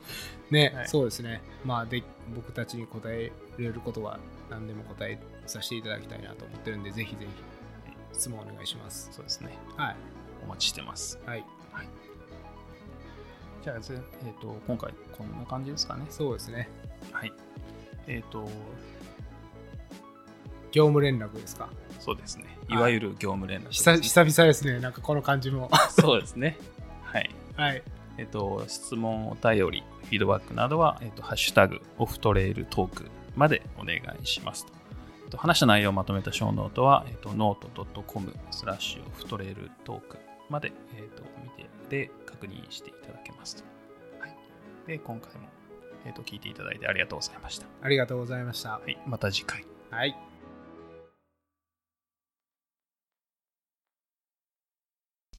B: ね、
A: はい
B: そうですね。まあで、僕たちに答えれることは何でも答えさせていただきたいなと思ってるんで、ぜひぜひ質問お願いします。
A: *laughs* そうですね。
B: はい。
A: お待ちしてます。
B: はい。
A: じゃあ、ぜえっ、と、今回こんな感じですかね。
B: そうですね。
A: はい。えっ、と、
B: 業務連絡ですか。
A: そうですね。い
B: はい
A: わゆる業務連絡ですね、
B: 久久々ですね。なんかこの感じも。 *laughs*
A: そうですね。はい。
B: はい。
A: えっ、と、質問、お便り、フィードバックなどは、えっ、と、ハッシュタグ、オフトレイルトークまでお願いしますと。えっと話した内容をまとめた小ノートは、えっと、note.com スラッシュオフトレイルトークまで、えっと見てで確認していただけますと。はい、で今回も、えっと聞いていただいてありがとうございました。
B: ありがとうございました
A: は。い、また次回。
B: はい。